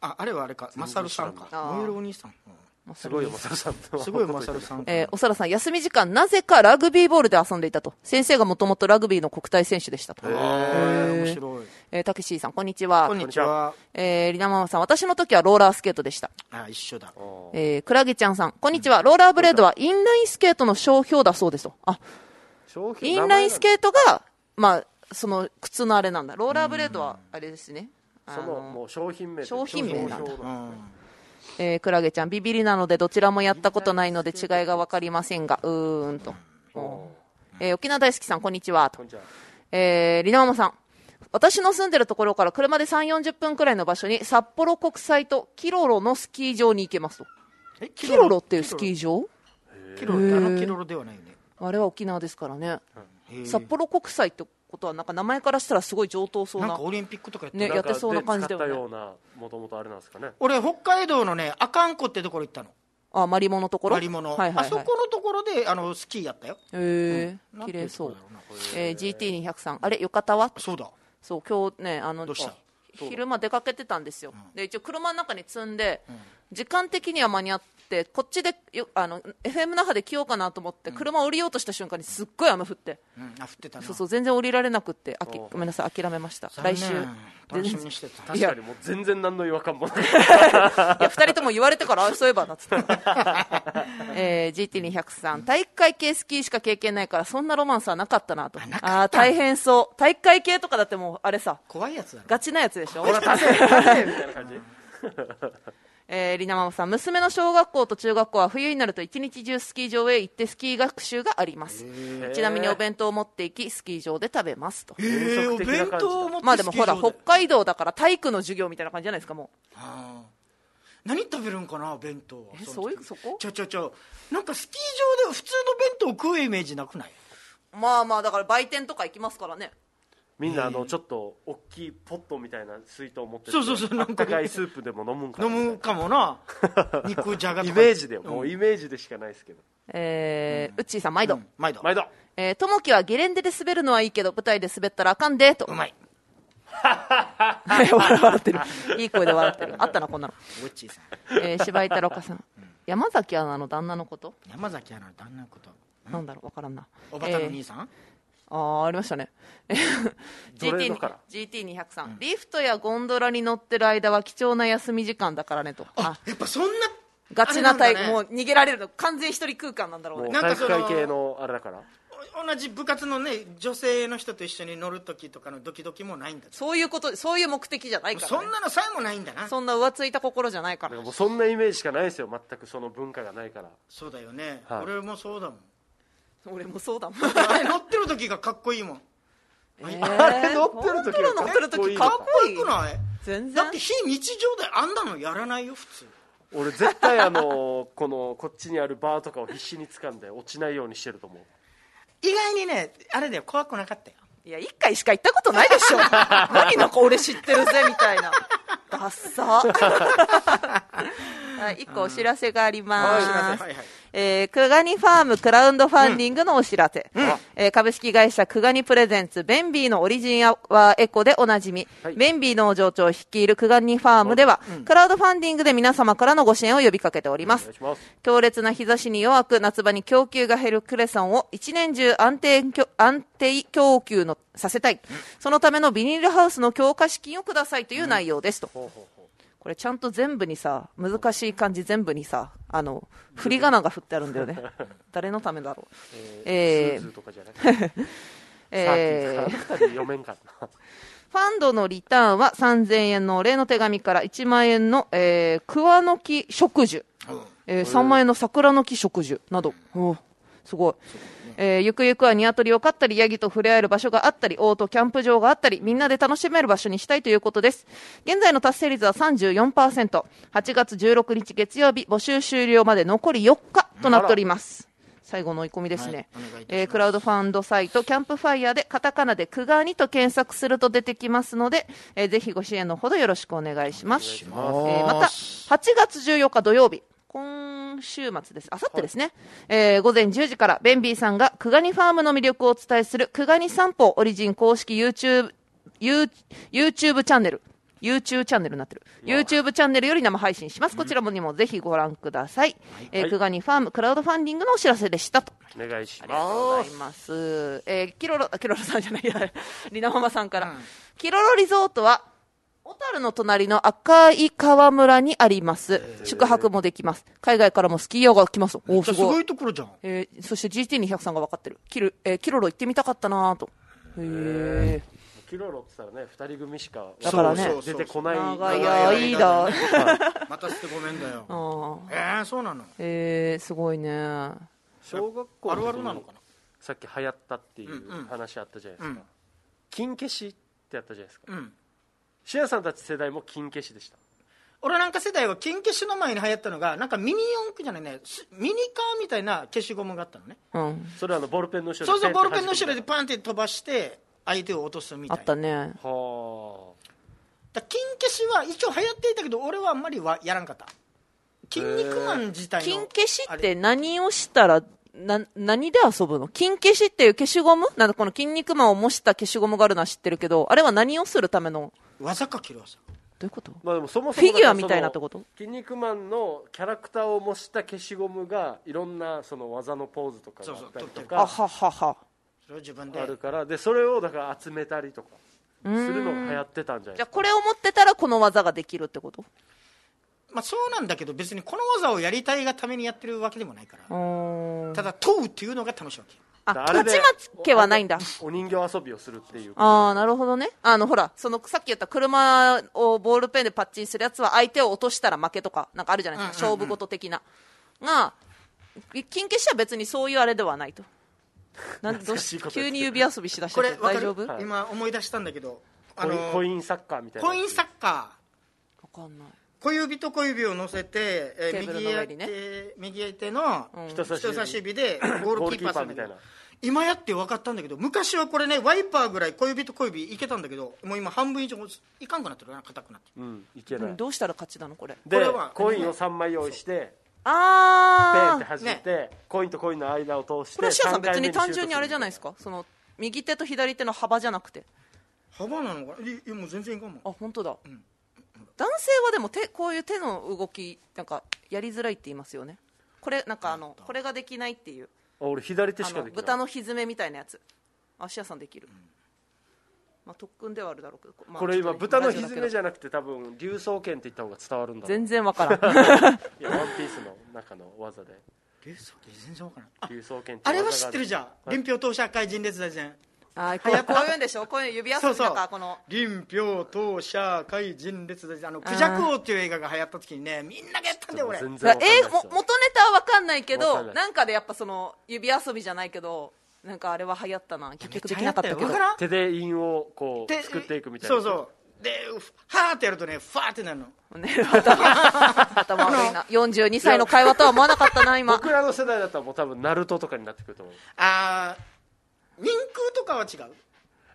S2: ああれはあれかマサルさんか
S3: 知らない
S2: 燃えるお兄さん、
S1: すごいよマサルさん
S2: うんすごい マサルさん
S3: えーおさらさん、休み時間、なぜかラグビーボールで遊んでいたと。先生がもともとラグビーの国体選手でしたと。
S2: へえ面白い
S3: えー、たけしーさん、こんにちは。
S2: こんにちは
S3: えー、りなままさん、私の時はローラースケートでした。
S2: あ一緒だ
S3: えー、くらげちゃんさん、こんにちは。ローラーブレードはインラインスケートの商標だそうですと。あ、インラインスケ
S1: ー
S3: ートが、まあ、その、靴のあれなんだ。ローラーブレードは、あれですね。あ
S1: そのもう商品名
S3: 商品名なんだ
S1: 商標
S2: うん
S3: えー、クラゲちゃん、ビビりなのでどちらもやったことないので違いが分かりませんが、うーんと。おーえー沖縄大好きさん、こんにちは。
S1: こんにちは
S3: えー、りなままさん。私の住んでるところから車で3、40分くらいの場所に札幌国際とキロロのスキー場に行けますと。
S2: え
S3: キロロっていうスキー場
S2: キロロってあのキロロではないよね
S3: あれは沖縄ですからね。
S2: へえ
S3: 札幌国際ってことは、なんか名前からしたらすごい上等そう
S2: な
S3: な。
S2: んかオリンピックとかやって
S3: ね
S2: る
S3: やってそうな感じだよね
S1: なんかで使ったようなもともとあれなんですかね
S2: 俺北海道のね阿寒湖ってところ行ったの
S3: あ、マリモのところ
S2: 割り物、
S3: はいはい、はい。
S2: あそこのところであのスキーやったよ
S3: えー
S2: なん
S3: 綺
S2: て
S3: 麗
S2: いと
S3: そ
S2: こ
S3: う
S2: だろ。な
S3: えー、GT203。あれ浴衣は
S2: そうだ
S3: そう今日ねあの
S2: どうした
S3: 昼間出かけてたんですよ、で一応車の中に積んで、時間的には間に合ってこっちでよあの FM 那覇で着ようかなと思って、車降りようとした瞬間にすっごい雨降って、
S2: うん、あ降ってたな
S3: そうそう全然降りられなくってあきごめんなさい諦めました
S2: 残
S3: 来
S2: 念
S3: 週
S2: 楽しみにしてた
S1: 確かにもう全然何の違和感もない
S3: いや2人とも言われてからあそういえばなっつって、 えー、GT203 体育会系スキーしか経験ないからそんなロマンスはなかったなとあ
S2: なかった
S3: あー大変そう体育会系とかだってもうあれさ
S2: 怖いやつだろ
S3: ガチなやつでしょ
S1: ほら立て立てみたいな感じ
S3: えー、りなままさん、娘の小学校と中学校は冬になると一日中スキー場へ行ってスキー学習があります。ちなみにお弁当を持って行き、スキー場で食べますと。
S2: ええ
S1: 変
S2: お
S1: 則的な感じだ
S2: 弁当を持って
S3: まあでもほら、
S2: スキー場
S3: 北
S2: で
S3: 海道だから体育の授業みたいな感じじゃないですか、も
S2: あー何食べるんかな弁当は
S3: えそういうそこ。
S2: ちょちょちょなんかスキー場で普通の弁当を食うイメージなくないう
S3: まあまあ、だから売店とか行きますからね。
S1: みんなあのちょっと大きいポットみたいな水筒持ってて
S2: そうそうそう
S1: あ
S2: なんか
S1: ったかいスープでも飲むんかな
S2: 飲むかもな 肉じゃがと
S1: イ
S2: か
S1: メージでよも
S2: う
S1: うんイメージでしかないですけど
S3: えー、うっちーさん、毎
S2: う
S3: 度。
S2: ん毎度
S1: 毎度
S3: えー、ともきはゲレンデで滑るのはいいけど、舞台で滑ったらあかんで、と。
S2: うまい
S3: 笑 笑ってる。いい声で笑ってる。あったな、こんなの。
S2: ウッチーさん
S3: えー、柴井太郎香さん。山崎アナの旦那のこと、
S2: 山崎アナの旦那のこと
S3: なんだろう、わからんな。
S2: おばたの兄さん、
S3: ああありましたね
S1: どれのから
S3: GT203、リフトやゴンドラに乗ってる間は貴重な休み時間だからねとあ
S2: やっぱそんな
S3: ガチな
S2: あれ
S3: タイ
S2: んだ
S3: プ、
S2: ね
S3: もう逃げられるの完全一人空間なんだろう
S1: もう
S3: ね
S2: なん
S1: 体
S2: かそ
S1: 育
S2: の
S1: 会系のあれだから
S2: 同じ部活のね女性の人と一緒に乗る時とかのドキドキもないんだ
S3: そういうことそういう目的じゃないから、ね、
S2: そんなのさえもないんだなそ
S3: そんな浮ついた心じゃないか
S1: な
S3: ら
S1: んかもうそんなイメージしかないですよ全くその文化がないから
S2: うだよね、
S1: はい
S2: 俺もそうだ もん
S3: 俺もそうだもん、
S2: あれ乗ってる時がかっこいいもん
S1: あれ乗ってる時は
S3: ゴンドラ乗ってる時
S1: か
S3: か
S1: っ
S3: っ
S1: こ
S3: こ
S2: かっ
S3: いい
S2: こよくない
S3: 全
S2: だ
S3: 然
S2: って非日常であんなのやらないよ普通
S1: 俺絶対あのこのこっちにあるバーとかを必死に掴んで落ちないようにしてると思う
S2: 意外にねあれだよ怖くなかったよ
S3: いや一回しか行ったことない でしょ 何なんか俺知ってるぜみたいなダッサはい、一個お知らせがあります。
S2: はいお知らせはいはい
S3: えークガニファームクラウンドファンディングのお知らせ。えー株式会社クガニプレゼンツ、ベンビーのオリジンはエコでおなじみ、
S1: はい
S3: ベンビー農場長率いるクガニファームでは、クラウドファンディングで皆様からのご支援を呼びかけておりま
S1: お
S3: す
S1: 願い。します
S3: 強烈な日差しに弱く夏場に供給が減るクレソンを一年中安定供安定供給のさせたい、そのためのビニールハウスの強化資金をくださいという内容ですと、これちゃんと全部にさ難しい漢字全部にさあの振り仮名が振ってあるんだよね誰のためだろうえー
S1: スーズーとかじゃなくて、サ
S3: え
S1: ー
S3: ー
S1: ティーとか読めんかったな
S3: ファンドのリターンは3000円のお礼の手紙から1万円の、えー、桑の木植樹、えー3万円の桜の木植樹など、おーすごい。えーゆくゆくはニワトリを飼ったり、ヤギと触れ合える場所があったり、オートキャンプ場があったり、みんなで楽しめる場所にしたいということです。現在の達成率は34%、8月16日月曜日、募集終了まで残り4日となっております。最後の追い込みですね、
S2: はいお願いいたします
S3: えークラウドファンドサイトキャンプファイヤーでカタカナでクガニと検索すると出てきますので、えーぜひご支援のほどよろしくお願いしますえーまた8月14日土曜日今週末です。あさってですね、えー午前10時から、ベンビーさんが、クガニファームの魅力をお伝えする、クガニ散歩オリジン公式 YouTube、You- YouTube チャンネル、YouTube チャンネルになってる。YouTube チャンネルより生配信します。こちらもにもぜひご覧ください。えー
S1: はい
S3: クガニファーム、クラウドファンディングのお知らせでしたと。
S1: お願いし
S3: ありがとうご
S1: ま
S3: ざい
S1: す
S3: ます。えーキロロ、キロロさんじゃないや、 リナママさんから。キロロリゾートは、小樽の隣の赤い川村にあります。宿泊もできます。海外からもスキー用が来ます。お
S2: じ
S3: ー
S2: ゃ
S3: す
S2: あすご
S3: ごい。
S2: いところじゃん
S3: えーそして GT200 さんが分かってる。キル、えーキロロ行ってみたかったなぁと。へえ。
S1: キロロって言ったらね2人組しか
S3: だからね
S1: 出てこない
S3: 長い
S2: い
S3: や
S2: や
S3: い
S2: いい
S3: いだ
S2: だ。またしてごめんだよ
S3: あ
S2: えー、そうなの
S3: えー、すごいね。
S1: 小学校
S2: あるあるなのかな
S1: さっき流行ったっていう
S2: うんうん
S1: 話あったじゃないで
S2: う
S1: す
S2: ん
S1: か金消しってやったじゃないですか
S2: うん
S1: シアさんたち世代も金消しでした
S2: 俺なんか世代は金消しの前に流行ったのがなんかミニ四駆じゃないねすミニカーみたいな消しゴムがあったのね
S3: うん。
S1: それはあのボールペンの後ろ
S2: そうそうボールペンの後
S1: ペ
S2: ろで
S1: ンって弾くみ
S2: パンって飛ばして相手を落とすみ
S3: あ
S2: たいな
S3: ったね。
S1: たいなは
S2: だから金消しは一応流行っていたけど俺はあんまりはやらんかった筋肉マン自体の
S3: 金消しって何をしたら、な、何で遊ぶの金消しっていう消しゴムなんかこの筋肉マンを模した消しゴムがあるのは知ってるけど、あれは何をするための、
S2: 技か切る技
S3: どういうこと
S1: あまあでもそもそ
S3: フ
S1: も
S3: ィギュアみたいなってこ
S1: そ
S3: と
S1: の筋肉マンのキャラクターを模した消しゴムがいろんなその技のポーズとかがあったりと
S2: そうそう
S3: あは
S1: か
S3: はは。
S2: それを自分で
S1: あるからでそれをだから集めたりとかするのが流行ってたんじゃない
S3: じ
S1: で
S3: ゃあこれを持ってたらこの技ができるってこと
S2: まあそうなんだけど別にこの技をやりたいがためにやってるわけでもないから
S3: あ、
S2: ただ問うっていうのが楽しいわけ
S1: だ
S3: あ
S1: からあれ
S3: 勝
S1: で
S3: ち負けはないんだ。
S1: すかお人形遊びをするっていうこと
S3: ああ、なるほどね。あの、ほら、その、さっき言った車をボールペンでパッチンするやつは、相手を落としたら負けとか、なんかあるじゃないですか。勝負事的な。が、金消しは別にそういうあれではないと。なんどう
S1: 難しい
S3: し
S1: こと言ってる
S3: 急に指遊びしだした
S2: こ
S3: け
S2: れ
S3: ど、
S2: わ
S3: 大
S2: かる
S3: 丈夫わ
S1: はい
S2: 今思い出したんだけどあ
S1: コイン
S2: の
S1: コインサッカーみたいな
S2: コインサッカー
S3: かんない。
S2: 小指と小指を乗せて、えー
S3: テーブル
S2: 右
S3: の上
S2: 手
S3: にね
S2: 右手の
S1: 人差し
S2: 人
S1: 指
S2: 差し指でゴールキーパーする
S1: ゴール
S2: んだけ
S1: キーパーみたいな
S2: ど今やって分かったんだけど昔はこれねワイパーぐらい小指と小指いけたんだけどもう今半分以上いかんくなってるな硬くなってる
S1: うんいけない
S3: どうしたら勝ちなのこれ。
S1: で
S2: これは
S1: コインを3枚用意してペンっ
S3: あ
S1: て
S3: あ。
S1: 弾いて、コインとコインの間を通して
S3: これはシアさん
S1: 三回
S3: 別
S1: 目
S3: に単純にあれじゃないですすか。その、右手と左手の幅じゃなくて。
S2: 幅なのかないいやもう全然いかんもん
S3: あ、本当だ。男性はでも手、こういう手の動き、なんか、やりづらいって言いますよね。これ、なんかあの、これができないっていう。
S1: 俺左手しか
S3: あの
S1: できない
S3: 豚のひずめみたいなやつ足屋さんできる、まあ、特訓ではあるだろうけど、まあ
S1: これ今
S3: ちょっ
S1: 豚
S3: とね
S1: のひずめじ
S3: ゃ
S1: ゃなくて多分竜爪剣って言った方が伝わるんだろう
S3: 全然わ からん
S1: いやワンピースの中の技で
S2: えそう全然分からんあ
S1: 竜爪剣って
S2: あれは知ってるじゃん
S1: はい
S2: 臨氷投射会人列大戦
S3: あこうこういうんでしょこういう指遊び
S2: そう
S3: と
S2: そう
S3: かこの
S2: 臨氷投射会人列大戦あのクジャク王っていう映画が流行った時にねみんながやったんだよ俺
S1: 全
S3: え
S1: 然わかんないです
S3: も元ネタはわかんないけ
S1: わ
S3: ど
S1: かんない
S3: なんかでやっぱその指遊びじゃないけどなんかあれは流行ったな結局できなかったけど
S2: わからん
S1: 手で印をこう
S2: で
S1: 作っていくみたいな
S2: そうそうでふはーってやるとねファーってなるの
S3: ね頭頭悪 いな42歳の会話とは思わなかったな今
S1: 僕らの世代だったらもう多分ナルトとかになってくると思う
S2: あー人空とかは違う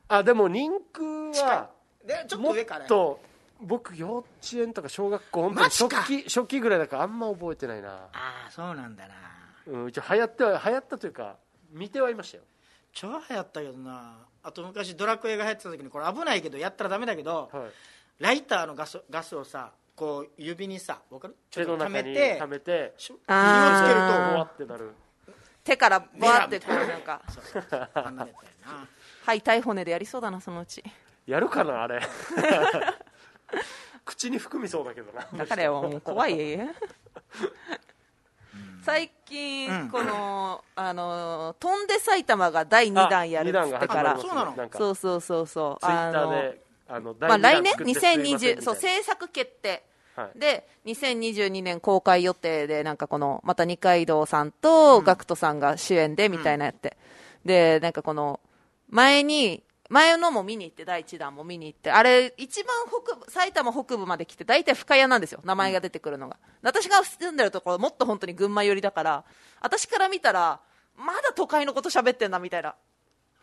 S1: あでも人空は
S2: でちょっと
S1: もっ
S2: 上から
S1: と僕幼稚園とか小学校本当に
S2: マジ
S1: 初
S2: か
S1: 期初期ぐらいだからあんま覚えてないな、
S2: ああそうなんだな
S1: うん、一応流行っては流行ったというか見てはいましたよ
S2: 超流行ったけどなあと昔ドラクエが流行ってた時にこれ危ないけどやったらダメだけど、
S1: はい
S2: ライターのガスガスをさこう指にさわかるちょ
S1: 手
S2: っ
S1: の
S2: と溜
S1: 中
S2: め
S1: に
S2: て
S1: 溜めて
S2: し火をつ
S3: あー
S2: ける
S1: ボ
S2: ともう
S1: ワってなる
S3: 手からバーってこうなんか
S2: あんなやつやな
S3: はい痛い骨でやりそうだなそのうち
S1: やるかなあれ 口に含みそうだけどな
S3: だからよもう怖い最近、
S2: うん
S3: この、あのー飛んで埼玉が第2弾やるっつってか
S1: あ
S3: ら
S1: 二弾が始まりますね
S2: そうなの
S1: なんか
S3: そうそうそうそ
S1: ツ
S3: う
S1: イッタ
S3: あの
S1: ーであの
S3: まあ、来年
S1: 第二弾作ってすいませんみたい
S3: 2020
S1: な
S3: そう制作決定
S1: はい
S3: で2022年公開予定でなんかこのまた二階堂さんと GACKT さんが主演でみたいなやって、でなんかこの前に前のも見に行って第1弾も見に行ってあれ一番北部埼玉北部まで来て大体深谷なんですよ名前が出てくるのが、私が住んでるところもっと本当に群馬寄りだから私から見たらまだ都会のこと喋ってんなみたいな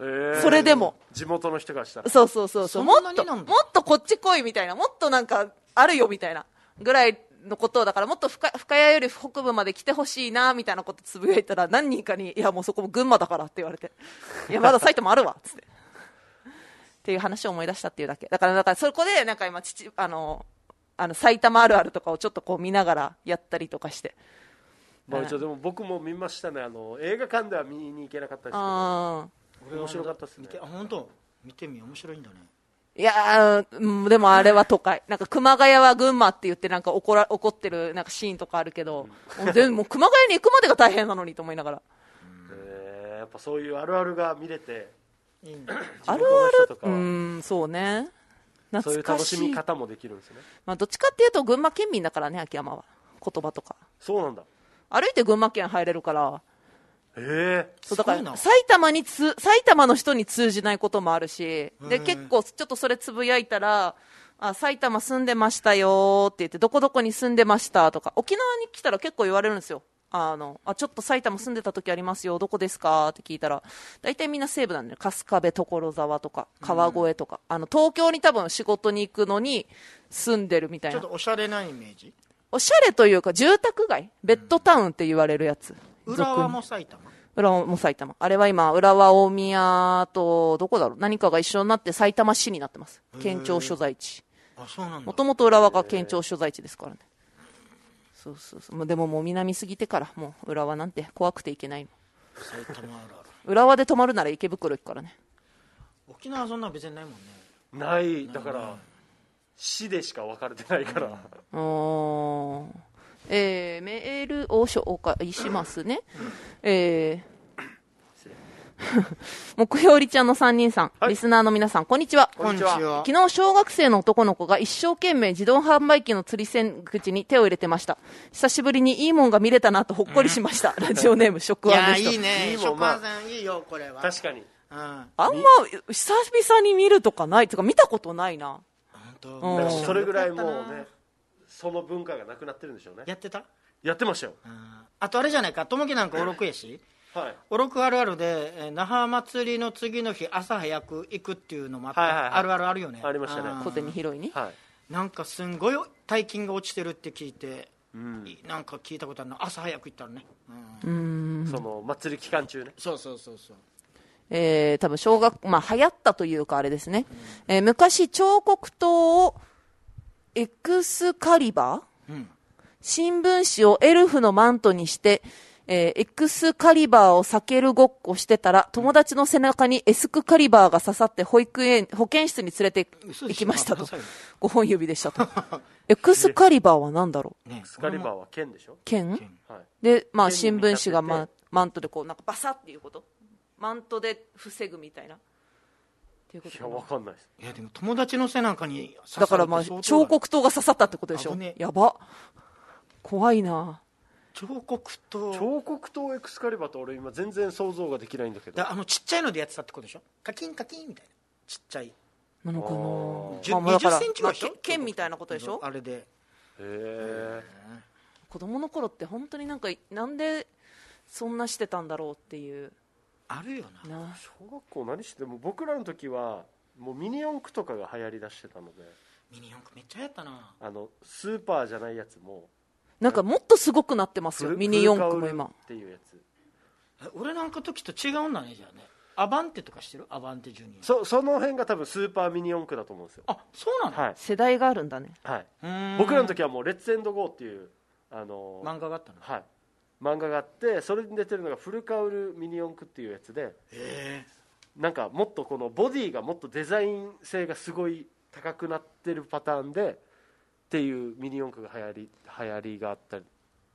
S1: えー
S3: それでも
S1: 地元の人がしたら
S3: そうそうそうそうも
S2: そんな
S3: っ
S2: に
S3: と
S2: なん
S3: もっ
S2: だ
S3: とこっち来いみたいなもっとなんかあるよみたいなぐらいのことをだからもっと深深谷より北部まで来てほしいなみたいなことつぶやいたら何人かに「いやもうそこも群馬だから」って言わ れて「いやまだ埼玉あるわ」っつって。っていう話を思い出したっていうだけだからだからそこでなんか今父あのあの埼玉あるあるとかをちょっとこう見ながらやったりとかして
S1: まあ一応でも僕も見ましたねあの映画館では見に行けなかったですけど
S3: あ
S1: 面白かったですね
S2: 見てあ本当見てみよう面白いんだね
S3: ーいやーうんでもあれは都会なんか熊谷は群馬って言ってなんか怒ら怒ってるなんかシーンとかあるけど、もう全部もう熊谷に行くまでが大変なのにと思いながら
S1: えーやっぱそういうあるあるが見れて
S2: いいんだ
S1: 地元の人とか
S3: う
S1: は
S3: んそうね
S1: そうい
S3: 懐
S1: う
S3: か
S1: 楽
S3: し
S1: し
S3: い
S1: み方もできるんですね
S3: まあ、どっちかっていうと群馬県民だからね秋山は言葉とか
S1: そうなんだ
S3: 歩いて群馬県入れるから
S1: ええ
S3: そうだか
S2: すごい
S3: ら
S2: な
S3: 埼玉につ埼玉の人に通じないこともあるしで結構ちょっとそれつぶやいたらあ埼玉住んでましたよーって言ってどこどこに住んでましたとか沖縄に来たら結構言われるんですよあのあちょっと埼玉住んでた時ありますよどこですかって聞いたら大体みんな西部なんだよ春日部所沢とか川越とか、あの東京に多分仕事に行くのに住んでるみたい
S2: ちょ
S3: な
S2: っとおしゃれなイメージ
S3: おしゃれというか住宅街ベッドタウンって言われるやつ
S2: 浦和も埼玉
S3: 浦和も埼玉。あれは今、浦和大宮と、どこだろう何かが一緒になって埼玉市になってます。県庁所在地。
S2: あそうなんだ
S3: もともと浦和が県庁所在地ですからね。そうそうそう。もうでももう南過ぎてから、もう浦和なんて怖くて行けないの。
S2: 埼玉あるある
S3: 浦和で泊まるなら池袋行くからね。
S2: 沖縄はそんな別にないもんね
S1: ないだから死でしか分かれてないから、
S3: うーん。えー、メールを紹介しますね。えー、 木曜りちゃんの3人さん、
S1: はい
S3: リスナーの皆さん、こんにちは。
S1: こんにちは
S3: 昨日小学生の男の子が一生懸命自動販売機の釣り線口に手を入れてました久しぶりにいいもんが見れたなとほっこりしました、ラジオネームショッ
S2: い
S3: クワン
S2: や
S3: でした
S2: いい
S1: いい
S2: ね
S1: もん
S2: 食
S1: まあ
S2: パンさんいいよこれは
S1: 確かに
S2: うん本
S3: あんま久々に見るとかないとか見たことないな
S2: 当
S3: うん
S1: だから
S2: 昔
S1: それぐらいもう
S2: よかった
S1: ね
S2: な
S1: その文化がなくなってるんでしょうねや
S2: やってた
S1: ってましたよ
S2: うんあとあれじゃないかともきなんかおろくやし
S1: はい
S2: おろくあるあるでえー那覇祭りの次の日朝早く行くっていうのもあった
S1: はいはいはい
S2: あるあるあるよね
S1: ありましたね
S2: うん
S3: 小銭拾いに
S1: はい
S2: なんかすんごい大金が落ちてるって聞いて、
S1: ん
S2: なんか聞いたことあるな朝早く行ったらね、うん
S1: その祭り期間中ね
S2: そうそうそうそう
S3: えー、多分小学、まあ、流行ったというかあれですね、えー昔彫刻刀をエクスカリバー、
S2: ん
S3: 新聞紙をエルフのマントにして、えーエクスカリバーを避けるごっこしてたら友達の背中にエスクカリバーが刺さって保育園保健室に連れて
S2: 嘘
S3: 行
S2: でしょ
S3: き ましたと
S2: 嘘よ
S3: 5本指でし たとエクスカリバーは何だろう
S2: ね
S1: スカリバーは剣でしょ
S3: 剣
S1: はい
S3: で、まあ、
S1: 手に
S3: 新
S1: 見立てて
S3: 聞紙がママントでこうなんかバサッっていうことマントで防ぐみたいなっていうこと
S1: い
S3: か
S1: や
S3: な
S1: 分かんないです
S2: いやでも友達の背中に刺さるっ
S3: だ
S2: て
S3: からまあ
S2: 相当だ
S3: 彫刻刀が刺さったってことでしょ
S2: 危ねえ
S3: やば怖いな
S2: 彫刻と
S1: 彫刻刀エクスカリバーと俺今全然想像ができないんだけど
S2: だあのちっちゃいのでやってたってことでしょカキンカキンみたいなちっちゃい
S3: なのか
S2: じゅ
S3: なまあだから
S2: 20センチぐらいでしょ、
S3: まあけ剣みたいなことでしょ
S2: あれで
S1: へえ
S3: 子供の頃って本当になんかなんでそんなしてたんだろうっていう
S2: あるよな
S3: な
S1: 小学校何しても僕らの時はもうミニ四駆とかが流行りだしてたので
S2: ミニ四駆めっちゃ流行ったな
S1: あのスーパーじゃないやつも
S3: なんかもっとすごくなってますよ
S1: フル
S3: ミニ四駆
S1: フ
S3: も
S1: ルカウ
S3: 今
S1: ルっていうやつ
S2: え俺なんか時と違うんだねじゃあねアバンテとかしてるアバンテジュニア
S1: そその辺が多分スーパーミニ四駆だと思うんですよ
S2: あそうなの、
S1: はい、
S3: 世代があるんだね
S1: はい、
S2: うーん
S1: 僕らの時はもう「レッツエンドゴー」っていうあの
S2: 漫画があったの
S1: はい、漫画があってそれに出てるのが「フルカウルミニ四駆」っていうやつで
S2: え
S1: なんかもっとこのボディがもっとデザイン性がすごい高くなってるパターンでっていうミニ四駆が流行り流行りがあった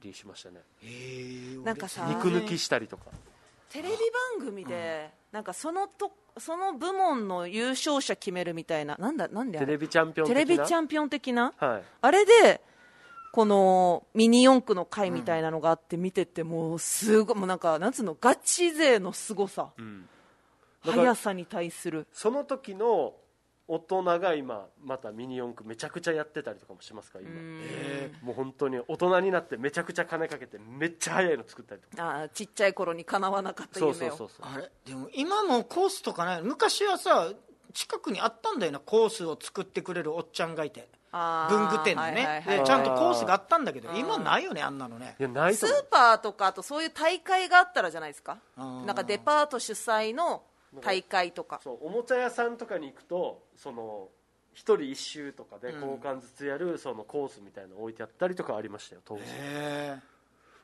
S1: りしましたね
S2: えー
S3: なんかさ
S2: 俺
S1: 肉抜きしたりとか
S3: テレビ番組でなんかそのとその部門の優勝者決めるみたいななんだなんであ
S1: テ
S3: れ
S1: レビチャンピオン
S3: テ
S1: 的
S3: レ
S1: な
S3: ビチャンピオン的な
S1: はい
S3: あれでこのミニ四駆の会みたいなのがあって見ててもうすごいもうなんかなんつうのガチ勢のすごさ、
S1: だから
S3: 速さに対する
S1: その時の大人が今またミニ四駆めちゃくちゃやってたりとかもしますから今
S2: え
S1: もう本当に大人になってめちゃくちゃ金かけてめっちゃ速いの作ったりとか
S3: あーちっちゃい頃にかなわなかった
S1: そ
S3: 夢を
S1: うそうそうそう
S2: あれでも今もコースとかない昔はさ近くにあったんだよなコースを作ってくれるおっちゃんがいて
S3: あー
S2: 文具店のね、
S3: はいはいはい
S2: でちゃんとコースがあったんだけど今ないよねあんなのね
S1: いやない
S3: ス
S1: と
S3: ー
S1: 思う
S3: パーとかあとそういう大会があったらじゃないですか
S2: あー
S3: なんかデパート主催の大会とか
S1: そうおもちゃ屋さんとかに行くとその一人一周とかで交換ずつやるそのコースみたいなの置いてあったりとかありましたよ当時
S2: へ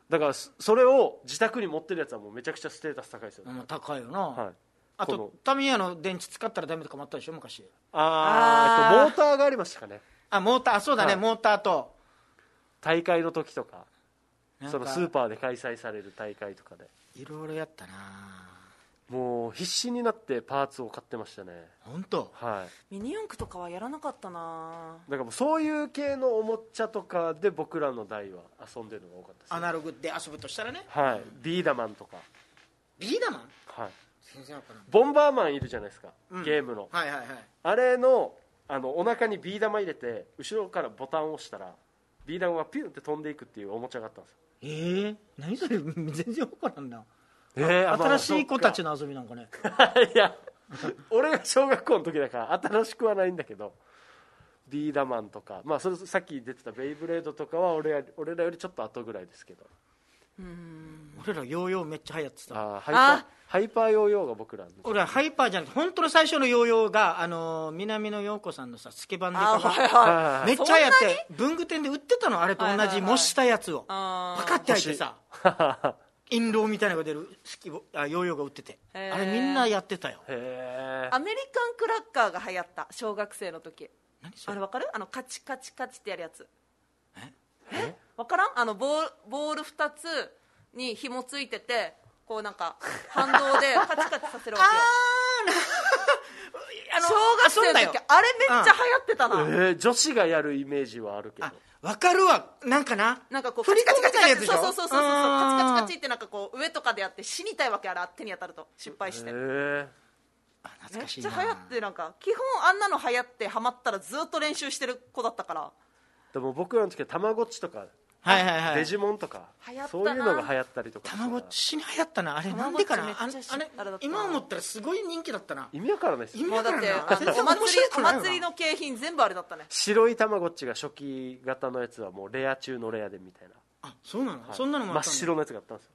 S1: だからそそれを自宅に持ってるやつはもうめちゃくちゃステータス高いですよ
S2: え
S1: ね、
S2: 高いよな、
S1: はい
S2: あ
S1: この
S2: とタミヤの電池使ったらダメとかもあったでしょ昔
S1: あー
S3: あ
S1: あ
S3: ー
S1: とモーターがありましたかね
S2: あモーターあそうだね、
S1: はい
S2: モーターと
S1: 大会の時とか
S2: なん
S1: そ
S2: か
S1: のスーパーで開催される大会とかで
S2: いろいろやったな
S1: もう必死になってパーツを買ってましたね
S2: 本当
S1: はい
S3: ミニ四駆とかはやらなかったな
S1: だからもうそういう系のおもちゃとかで僕らの代は遊んでるのが多かった
S2: ア
S1: で
S2: ナログで遊ぶとしたらね
S1: すねはいビーダマンとか
S2: ビーダマン
S1: はい
S2: 全然わからん
S1: ボンバーマンいるじゃないですか、
S2: うん
S1: ゲームの
S2: はいはいはい
S1: あれのあのお腹にビー玉入れて後ろからボタンを押したらビー玉がピュンって飛んでいくっていうおもちゃがあったんですよ
S2: ええ何それ 全然わからんな
S1: え
S2: 新しい子たち
S1: の
S2: の遊びなんかね
S1: いや俺が小学校の時だから新しくはないんだけどビーダマンとか、まあ、それさっき出てたベイブレードとかは俺ら俺らよりちょっと後ぐらいですけど
S2: 俺らヨーヨーめっちゃ流行ってた
S1: あーハイパー
S3: あ
S1: ハイパーヨーヨーが僕らの
S2: 俺はハイパーじゃなくて本当の最初のヨーヨーが、あのー南野陽子さんのさスケバンで
S3: あーはい
S2: か
S3: はい
S1: あー
S2: めっちゃやって文具店で売ってたのあれと
S3: はいは
S2: 同
S3: いは
S2: じ
S3: い
S2: 模したやつを
S3: あー
S2: パカって開いてさ印籠みたいなのが出るスキボあヨーヨーが売っててあ
S3: へー
S2: れみんなやってたよ
S1: へ
S3: アメリカンクラッカーが流行った小学生の時
S2: 何そ
S3: あ
S2: れ
S3: れわかるあのカチカチカチってやるやつ
S1: ええ
S3: わからんあのボールボール2つに紐ついててこうなんか反動 でカチカチさせるわけよ
S2: あの
S3: 小学生
S2: 遊んだ
S3: の
S2: よ
S3: 時あれめっちゃ流行ってたな、
S1: えー女子がやるイメージはあるけど
S2: あわかるわなんかな
S3: なんかこう
S2: 振りかけたやつでしょ
S3: そうそうそうそうそうカチカチカチ
S2: チ
S3: ってなんかこう上とかでやって死にたいわけあれ手に当たると失敗し
S1: へ
S3: て、
S1: ー
S2: 懐
S3: めっ
S2: かしい
S3: ち
S2: な
S3: ゃ流行ってなんか基本あんなの流行ってハマったらずっと練習してる子だったから
S1: でも僕らの時はたまごっちとか
S2: はいはいはい
S1: デジモンとか
S3: 流行った
S1: そ
S3: な
S1: ういうのが流行ったりとか
S2: たまごっちに流行ったなあれなんでかなあ
S3: たま
S2: れ
S3: ごっちめっちゃ
S2: あれ
S3: あれだったな
S2: 今思ったらすごい人気だったな
S1: 意味わからないですよ
S3: もうだって
S2: 今から
S3: あ
S2: な
S3: のお
S2: 全然面
S3: 祭り
S2: 白く
S3: お
S2: ないわ
S3: 祭りの景品全部あれだったね
S1: 白いたまごっちが初期型のやつはもうレア中のレアでみたいな、
S2: あそうなの、
S1: はい
S2: そんなのも
S1: 真っ
S2: あったの
S1: 白のやつがあったんですよ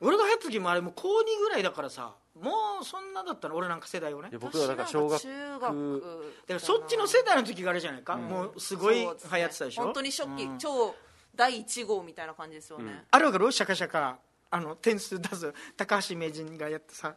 S2: 俺が流行った時もあれもう高2ぐらいだからさもうそんなだったの俺なんか世代をね
S1: いや
S2: だか
S1: 僕はだから小学
S3: 私なんか中学
S2: らそっちの世代の時があれじゃないか、もうすごい流行ってたでしょ
S3: 本当に初期、超第1号みたいな感じですよね、
S2: あるわけろシャカシャカあの点数出す高橋名人がやってさ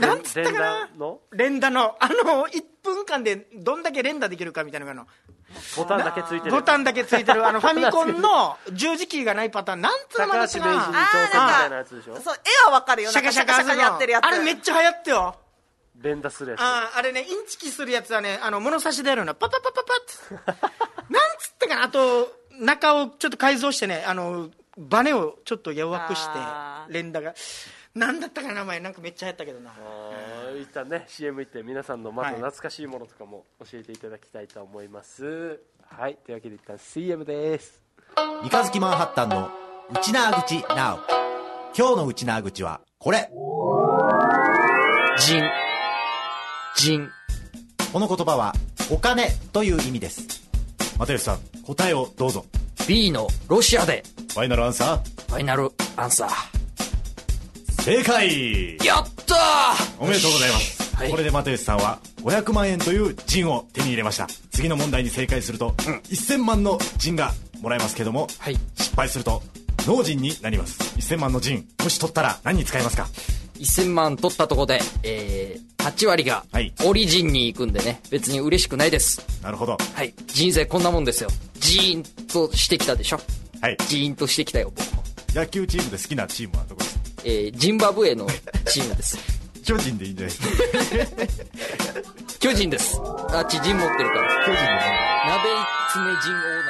S2: なんつったか
S1: 連
S2: な
S1: 打の
S2: 連打のあの1分間でどんだけ連打できるかみたいなのがあるの
S1: ボタンだけついてる
S2: ボタンだけつい てるあのファミコンの十字キーがないパターンなんつうのだ
S1: 高
S2: っ
S1: 橋
S2: た
S1: 名人に
S2: か
S1: 挑戦
S2: な
S1: みたいなやつでしょ
S3: そう絵はわかるよ
S2: シャカシャカ
S3: なんかシャカシャカやってるやつ
S2: あれめっちゃ流行ったよ
S1: 連打するやつ
S2: あーあれねインチキするやつはねあの物差しでやるのパパパパパッつなんつったかなあと中をちょっと改造してねあのバネをちょっと弱くして
S3: あー
S2: 連打がなんだったかな名前なんかめっちゃ流行ったけどな
S1: あー一旦ね CM 行って皆さんのまた
S2: はい
S1: 懐かしいものとかも教えていただきたいと思いますはいというわけで一旦 CM です
S5: 三日月マンハッタンのウチナー口 NOW 今日のウチナー口はこれ
S6: 人、人、
S5: この言葉はお金という意味です又吉さん答えをどうぞ
S6: B のロシアで
S5: ファイナルアンサ
S6: ファイナルアンサー
S5: ー正解
S6: やったー
S5: おめでとうございます、
S6: はい
S5: これで又吉さんは500万円という陣を手に入れました次の問題に正解すると、1000万の陣がもらえますけども、
S6: はい
S5: 失敗すると農陣になります1000万の陣もし取ったら何に使いますか
S6: 1000万取ったところで、えー、8割が
S5: はい
S6: オリジンに行くんでね別に嬉しくないです
S5: なるほど
S6: はい人生こんなもんですよジーンとしてきたでしょ
S5: はい
S6: ジーンとしてきたよ僕も、
S5: 野球チームで好きなチームはどこですか
S6: えー、ジンバブエのチー ムです
S5: 巨人でいいんじゃないですか
S6: 巨人ですあっち陣持ってるから
S5: 巨人でも
S6: 鍋爪陣オーナーが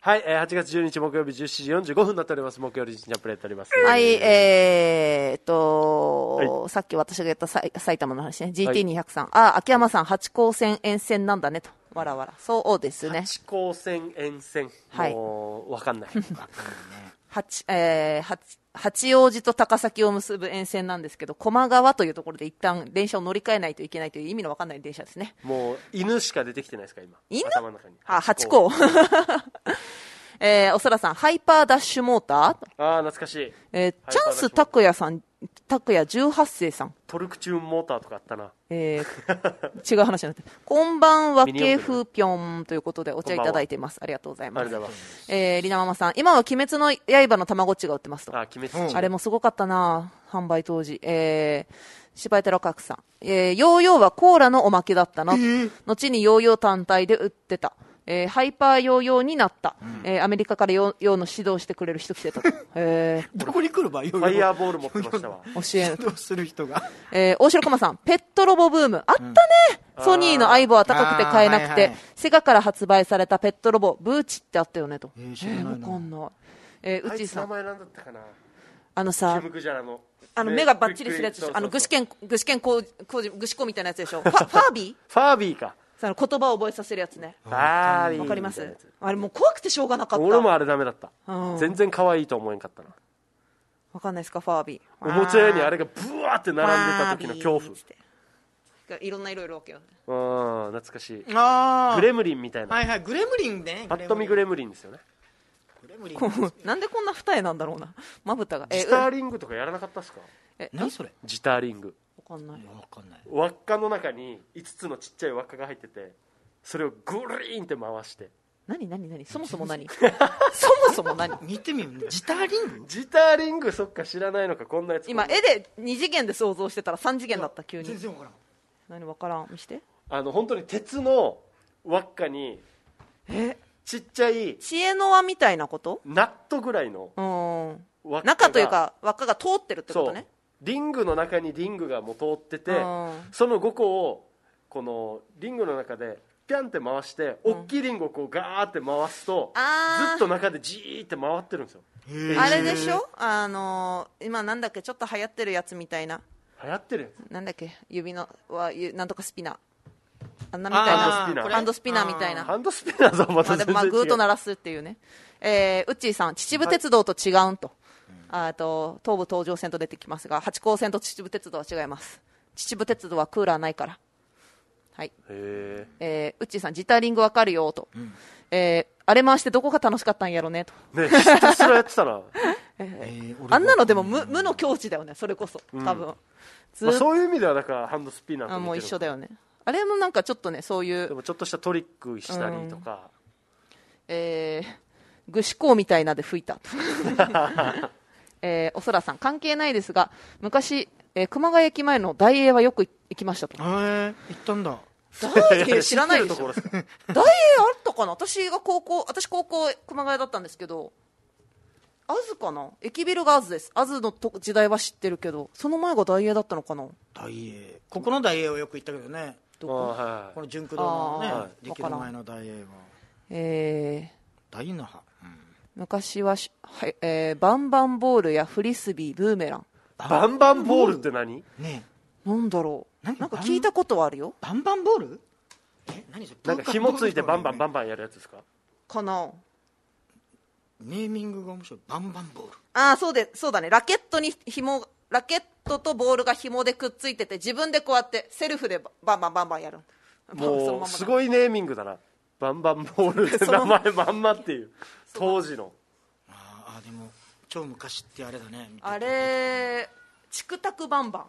S1: はい、えー8月12日木曜日17時45分になっております木曜日深夜プレイやっております
S3: はい、えーっと、
S1: は
S3: さっき私が言ったさい埼玉の話ね、GT203、あ、秋山さん、八高線沿線なんだねと、わらわら、そうですね、
S1: 八高線沿線
S3: はい
S1: もう分かんない
S3: 八えー八八王子と高崎を結ぶ沿線なんですけど、駒川というところで一旦電車を乗り換えないといけないという意味のわかんない電車ですね。
S1: もう犬しか出てきてないですか今
S3: 犬
S1: 頭の中に
S3: あ、八甲。 えー、おそらさん、ハイパーダッシュモーター、
S1: ああ懐かしい
S3: え
S1: ハ
S3: ー
S1: イパーダッ
S3: チ
S1: シュモーター
S3: ャンス拓也さん、拓也18世さん。
S1: トルクチューンモーターとかあったな
S3: えー違う話になってるこんばんは、けふぴょんということでお茶いただいています。ありがとうござい
S1: あ
S3: ま
S1: れ
S3: す
S1: だ。わす
S3: えー、りなママさん、今は鬼滅の刃の卵っちが売ってますと。
S1: あ
S3: あ
S1: 鬼滅
S3: れもすごかったな販売当時。えー、芝居寺角さん。えー、ヨーヨーはコーラのおまけだったな。後にヨーヨー単体で売ってた。えー、ハイパーヨーヨーになった。えー、アメリカからヨーヨーの指導してくれる人来てたと。 えー、
S2: どこに来る場合フ
S1: ファイヤーボール持ってましたわ
S3: 教え
S2: どうする人が
S3: えー大城駒さん、ペットロボブーム。あったね、ソニーの相棒は高くて買えなく
S2: あー
S3: て、
S2: はいはい
S3: セガから発売されたペットロボ、ブーチってあったよねと。え
S2: ー知らないな
S3: ーわかんない。えー、
S1: あ
S3: う
S1: い
S3: ち
S1: つ
S3: さ
S1: 名
S3: ん、
S1: 前なんだったかな
S3: あのさ
S1: ケ、ムクジャラの
S3: あの
S1: ね
S3: 目がバッチリするやつでし
S1: そうそう
S3: ょ。
S1: そう
S3: あの、具志堅、具志堅工事、工事、具志子みたいなやつでしょ。 ファファービ
S1: ファービーか
S3: ーその言葉を覚えさせるやつね。
S1: ファービー
S3: わかりま
S1: みた
S3: す
S1: いなやつ
S3: あれもう怖くてしょうがなかった。
S1: 俺も
S3: わ
S1: あれダメだった
S3: うん
S1: 全然可愛いと思えんかったな
S3: かんないですか、ファービー。
S1: おもちゃ屋にあれがブワーって並んでた時の恐
S3: ファービーっつっていろんな色いるわけよ。
S1: 怖うん懐かしい
S2: あ
S1: グレムリンみたい
S2: は
S1: ない
S2: はいグレムリンね
S1: パッと見グ
S2: グレ
S1: レムリンですよね
S2: ムリン
S3: こうなんでこんな二重なんだろうな。まぶたが。え
S1: ジターリングとかやらなかったっすか
S3: え、
S2: 何それ
S1: ジターリング
S3: わかんない。
S2: わかんない
S1: 輪っかの中に5つのちっちゃい輪っかが入っててそれをグリーンって回して
S3: 何何何そもそ も何そもそも何
S2: 見てみようジターリング
S1: ジターリングそっか知らないのかこんなやつ
S3: 今
S1: こんな
S3: 絵で2次元で想像してたら3次元だった急に
S2: 全然わからん
S3: 何分からん見して
S1: あの本当に鉄の輪っかにちっちゃい
S3: 知恵の輪みたいなこと
S1: ナットぐらいの
S3: うーん
S1: 輪っかが
S3: 中というか輪っかが通ってるってことね
S1: そうリングの中にリングがもう通ってて
S3: うん
S1: その5個をこのリングの中でピャンって回して大きいリングをこうガーって回すと、
S3: あー
S1: ずっと中でじーって回ってるんですよ
S3: あれでしょあのー今なんだっけちょっと流行ってるやつみたいな
S1: 流行ってるやつ
S3: なんだっけ指のはゆなんとかスピナーあんなみたい
S1: あ
S3: な
S1: ー
S3: ハンドスピナーみたいな
S1: ハンドスピナーズはま
S3: ま
S1: た
S3: あ、で
S1: 全然
S3: もまあ
S1: 違う、
S3: グーッと鳴らすっていうね、えー、ウッチーさん、秩父鉄道と違うんと、あと東武東上線と出てきますが、八高線と秩父鉄道は違います、秩父鉄道はクーラーないから、はい
S1: へ
S3: えー、ウッチーさん、ジターリングわかるよと、えーあれ回してどこが楽しかったんやろねと、
S1: えねひたすらやって たな、
S3: あんなのでも無無の境地だよね、それこそ、多分、ず
S1: まあ、
S3: ーっと
S1: そういう意味ではだからハンドスピナーと似て
S3: あ
S1: る
S3: もう一緒だよね、あれもなんかちょっとね、そうい
S1: で
S3: う、
S1: もちょっとしたトリックしたりとか、
S3: えー、具志向みたいなで吹いた。 えーおそらさん、関係ないですが、昔、えー熊谷駅前の大英はよく行きま したと。
S2: へえ行ったんだ
S3: 大英知らないでし
S1: 知って
S3: ょ
S1: る。ところですか
S3: 大英あったかな私が高校、私高校熊谷だったんですけど、アズかな駅ビルがアズです。アズのと時代は知ってるけど、その前が大英だったのかな
S2: 大英ここの大英はよく行ったけどね
S1: あーは
S2: この純駆堂の
S3: あー
S2: ね
S3: はい
S2: できる前の大英は
S3: えー
S2: 大那覇
S3: 昔はし、はいえーバンバンボールやフリスビー、ブーメラン。
S1: い、バンバンボールって何
S2: ねえ
S3: なんだろう。なん
S2: 何
S3: か聞いたことはあるよ。
S2: バンバンボールえ何それ
S1: なんか紐ついてバンバンバ
S2: ン
S1: ンバンやるやつですか
S3: かな
S2: ネーミングが面白いバンバンボール
S3: ああ、そうで、そうだね。ラケットに紐、ラケットとボールが紐でくっついてて、自分でこうやってセルフでバンバンバンバンやる。
S1: もうすご
S3: い。
S1: いネーミングだなバンバンボール って名前まんまっていう当時の
S2: ああでも超昔ってあれだね
S3: あれチクタクバンバン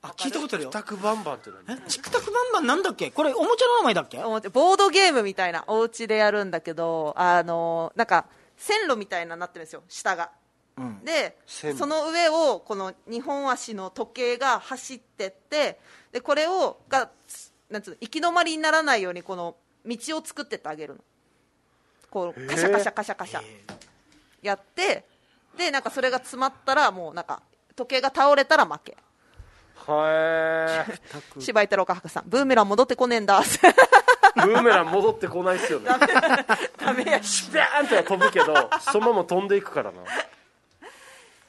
S2: あ聞いたことあるよ
S1: タクバンバンって何
S2: チクタクバンバンなんだっけこれおもちゃの名前だっけ
S3: おもちゃボードゲームみたいなお家でやるんだけどあのなんか線路みたいなになってるんですよ下が、で
S1: 線路
S3: その上をこの2本足の時計が走ってってでこれをがなんつうの行き止まりにならないようにこの道を作ってってあげるのこうカシャカシャカシャカシャやってでなんかそれが詰まったらもうなんか時計が倒れたら負け
S1: は
S3: 柴井太郎か博さんブーメラン戻ってこねえ んだ
S1: えブーメラン戻ってこないっすよね
S3: ダメや
S1: シューンっては飛ぶけどそのまま飛んでいくからな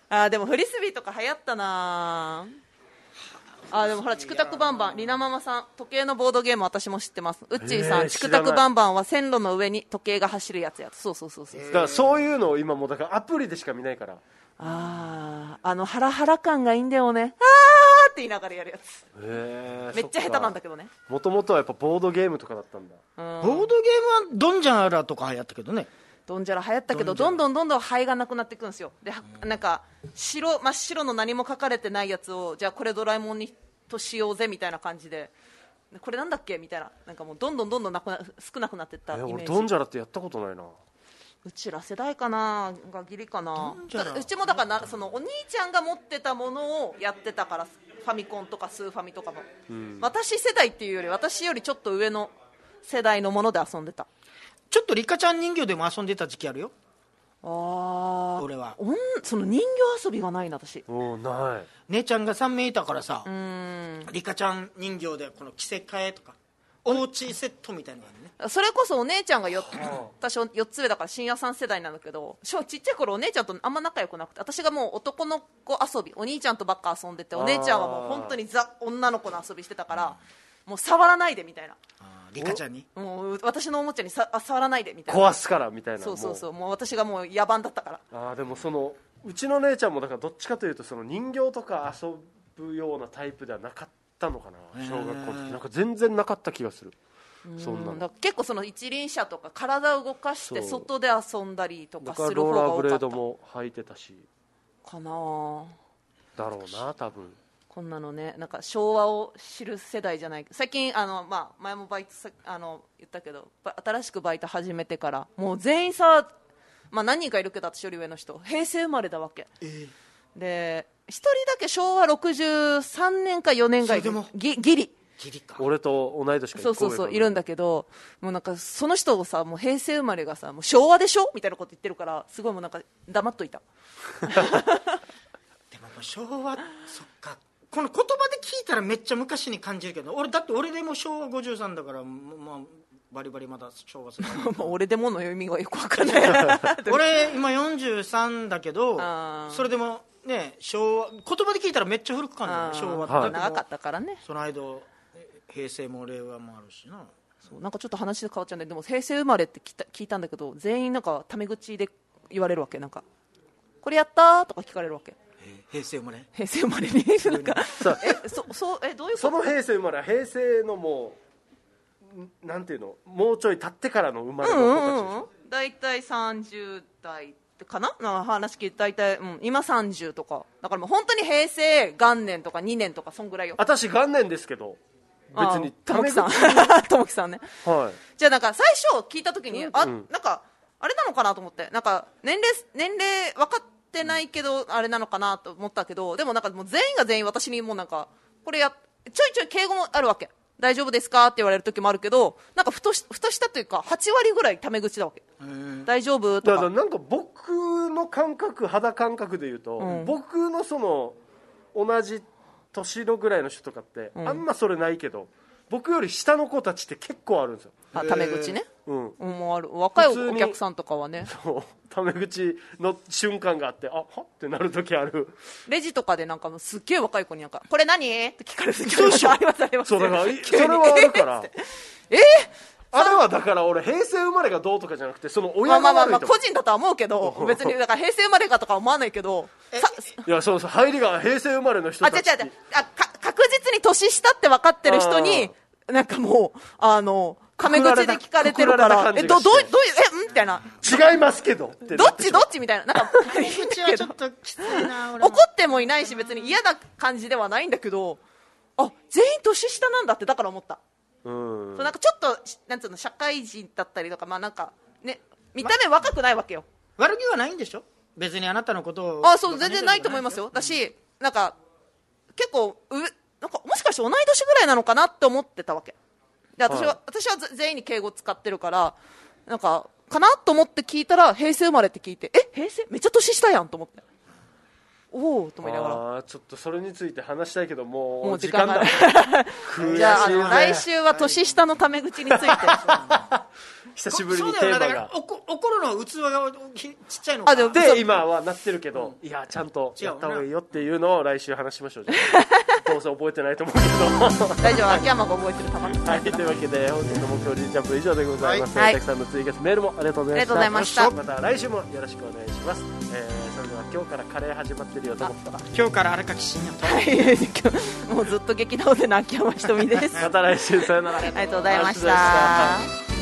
S3: あーでもフリスビーとか流行ったなあーでもほらチクタクバンバンリナママさん時計のボードゲーム私も知ってますウッチーさん、
S1: えー
S3: チクタクバンバンは線路の上に時計が走るやつやつそうそうそうそう、
S1: だからそういうのを今もうだからアプリでしか見ないから
S3: あああのハラハラ感がいいんだよねあーって言いながらやるやつめっちゃ下手なんだけどね
S1: もともとはやっぱボードゲームとかだったんだ
S2: ボードゲームはドンジャラとか流行ったけどね
S3: ドンジャラ流行ったけどどんどんどんどん灰がなくなっていくんですよではなんか白真っ白の何も書かれてないやつをじゃあこれドラえもんにとしようぜみたいな感じでこれなんだっけみたいななんかもうどんどんどんどんなくな少なくなっていったイ
S1: え
S3: メー
S1: 俺
S3: ジ
S1: ドンジャラってやったことないな
S3: うちら世代かながギリかな
S2: ンジャラ
S3: ただうちもだからなそのお兄ちゃんが持ってたものをやってたからファミコンとかスーファミとかも、私世代っていうより私よりちょっと上の世代のもので遊んでた
S2: ちょっとリカちゃん人形でも遊んでた時期あるよ
S3: ああ
S2: 俺は
S3: おんその人形遊びがないな私
S1: おーない
S2: 姉ちゃんが3名いたからさリカちゃん人形でこの着せ替えとかおうちセットみたいなのがあるね
S3: それこそお姉ちゃんがよ私4つ上だから深夜さん世代なんだけどしょちっちゃい頃お姉ちゃんとあんま仲良くなくて私がもう男の子遊びお兄ちゃんとばっか遊んでてお姉ちゃんはもう本当にザ女の子の遊びしてたからもう触らないでみたいな
S2: あーリカちゃんに
S3: もう私のおもちゃにさあ触らないでみたいな
S1: 壊すからみたいな
S3: そうそうそううもう私がもう野蛮だったから
S1: あーでもそのうちの姉ちゃんもだからどっちかというとその人形とか遊ぶようなタイプではなかったのかな小学校の時なんか全然なかった気がするそんな
S3: うん
S1: の
S3: だから結構その一輪車とか体を動かして
S1: そう
S3: 外で遊んだりと
S1: だ
S3: か
S1: から
S3: する方
S1: ロー
S3: が
S1: ラー
S3: 多
S1: ブレ
S3: か
S1: ー
S3: った
S1: ドも履いてたし
S3: かなあ
S1: だろうな多分
S3: こんなのねなんか昭和を知る世代じゃない最近あの、まあ、前もバイトさあの言ったけどば新しくバイト始めてからもう全員さ、まあ、何人かいるけど私より上の人平成生まれだわけ、で一人だけ昭和63年か4年がい
S2: それで
S3: る
S2: も
S3: ぎギリ
S2: ギリか
S1: 俺と同い年か
S3: そうそうそういるん
S1: だ
S3: だけどもうなんかその人をさもう平成生まれがさもう昭和でしょみたいなこと言ってるからすごいもうなんか黙っといた
S2: でももう昭和そっかこの言葉で聞いたらめっちゃ昔に感じるけど俺だって俺でも昭和53だからもうまあバリバリまだ昭和世代
S3: まあ俺でもの意味がよくわか んない
S2: 俺今43だけど
S3: あー
S2: それでもね昭和言葉で聞いたらめっちゃ古く感じる昭和
S1: はい
S2: だけど
S3: 長かったからね
S2: その間え平成も令和もあるしな
S3: そうなんかちょっと話変わっちゃうんだけどでも平成生まれって聞いた聞いたんだけど全員なんかタメ口で言われるわけなんかこれやったーとか聞かれるわけ
S2: え平成もね
S3: 平成生まれになんか
S1: さ
S3: えそそうえどういうこ
S1: そ
S3: と
S1: の平成生まれは平成のもうんなんていうのもうちょい経ってからの生まれの子た
S3: うんう
S1: ちでしょ、
S3: んうん大体30代かなな話聞いて大体、うん、今30とかだからもう本当に平成元年とか2年とかそんぐらいよ
S1: 私元年ですけど別に
S3: ともきさん
S1: は
S3: ともきさんね
S1: い
S3: じゃあなんか最初聞いた時に、あなんかあれなのかなと思ってなんか年齢年齢分かってないけどあれなのかなと思ったけどでもなんかもう全員が全員私にもうなんかこれやちょいちょい敬語もあるわけ大丈夫ですかって言われる時もあるけどなんかふとしふとしたというか8割ぐらいタメ口だわけ大丈夫と
S1: だから
S3: か
S1: なんか僕の感覚肌感覚で言うと、
S3: ん
S1: 僕のその同じ年のぐらいの人とかって、あんまそれないけど僕より下の子たちって結構あるんですよ、
S3: あタメ口ね、
S1: うん、
S3: うんもうある若い
S1: 普通
S3: お
S1: に
S3: 客さんとかはね
S1: そうタメ口の瞬間があってあはってなる時ある
S3: レジとかでなんかもうすっげえ若い子になんかこれ何って聞かれる時もありますあります
S1: そうだからいそ
S3: 急に
S1: れはあるから
S3: え
S1: あれはだから俺平成生まれがどうとかじゃなくてその
S3: まあ
S1: 親
S3: ま
S1: が
S3: あまあ
S1: 悪い
S3: まあ
S1: と
S3: 個
S1: か
S3: 人だとは思うけど別にだから平成生まれかとかは思わないけどさ
S1: いやそうそう入りが平成生まれの人
S3: あ
S1: た
S3: 違う違
S1: ち
S3: う違うあか確実に年下って分かってる人になんかもうあのタメ口で聞かれてるから、え、ど、ど、ど、え、んみたいな。
S1: 違いますけどって
S3: ど
S1: な
S3: ってち
S1: し
S3: ど
S1: ま
S3: っ
S1: う
S3: ちみたいな。なんか、
S2: 口はちょっときついな俺も
S3: 怒ってもいないし、別に嫌な感じではないんだけど、あ、全員年下なんだって、だから思った。
S1: うん
S3: そうなんかちょっと、なんつうの、社会人だったりとか、まあなんか、ね、見た目若くないわけよ。
S2: 悪気はないんでしょ別にあなたのことを
S3: あ、そう、全然ないと思いますよ。だし、なんか、結構、う、なんか、もしかして同い年ぐらいなのかなって思ってたわけ。で、私は、
S1: はい
S3: 私はぜ全員に敬語使ってるから、なんか、かなと思って聞いたら、平成生まれって聞いて、え、平成めっちゃ年下やんと思って。おおと思いながら。
S1: あーちょっとそれについて話したいけどもう
S3: もう
S1: 時
S3: 時
S1: 間
S3: 間が
S1: だ
S3: ない
S1: 悔しい
S3: じゃあ、あの、
S1: ね
S3: 来週は年下のタメ口 について。
S1: 久しぶり
S2: そ
S1: に
S2: う
S1: テ
S2: だよ
S1: ー
S2: なだ
S1: マ
S2: から
S1: が
S2: 怒怒るのは器がひちっちゃいのか
S3: あでも
S1: で今はなってるけど、いやちゃんとやった方がいいよっていうのを来週話しましょうじゃ あどうせ覚えてないと思うけど
S3: 大丈夫、秋山が覚えてるたまに。
S1: はいというわけで本日の目標リジャンプ以上でございます、
S3: はい
S1: たくさんの追加メールもありがとうございました
S3: ありがとうございました
S1: また来週もよろしくお願いします、えーそれでは今日からカレー始まってるよと思ったら
S2: 今日から荒垣真也と
S3: もうずっと激動での秋山ひとみです。
S1: また来週さよならあり
S3: ありがとうございました。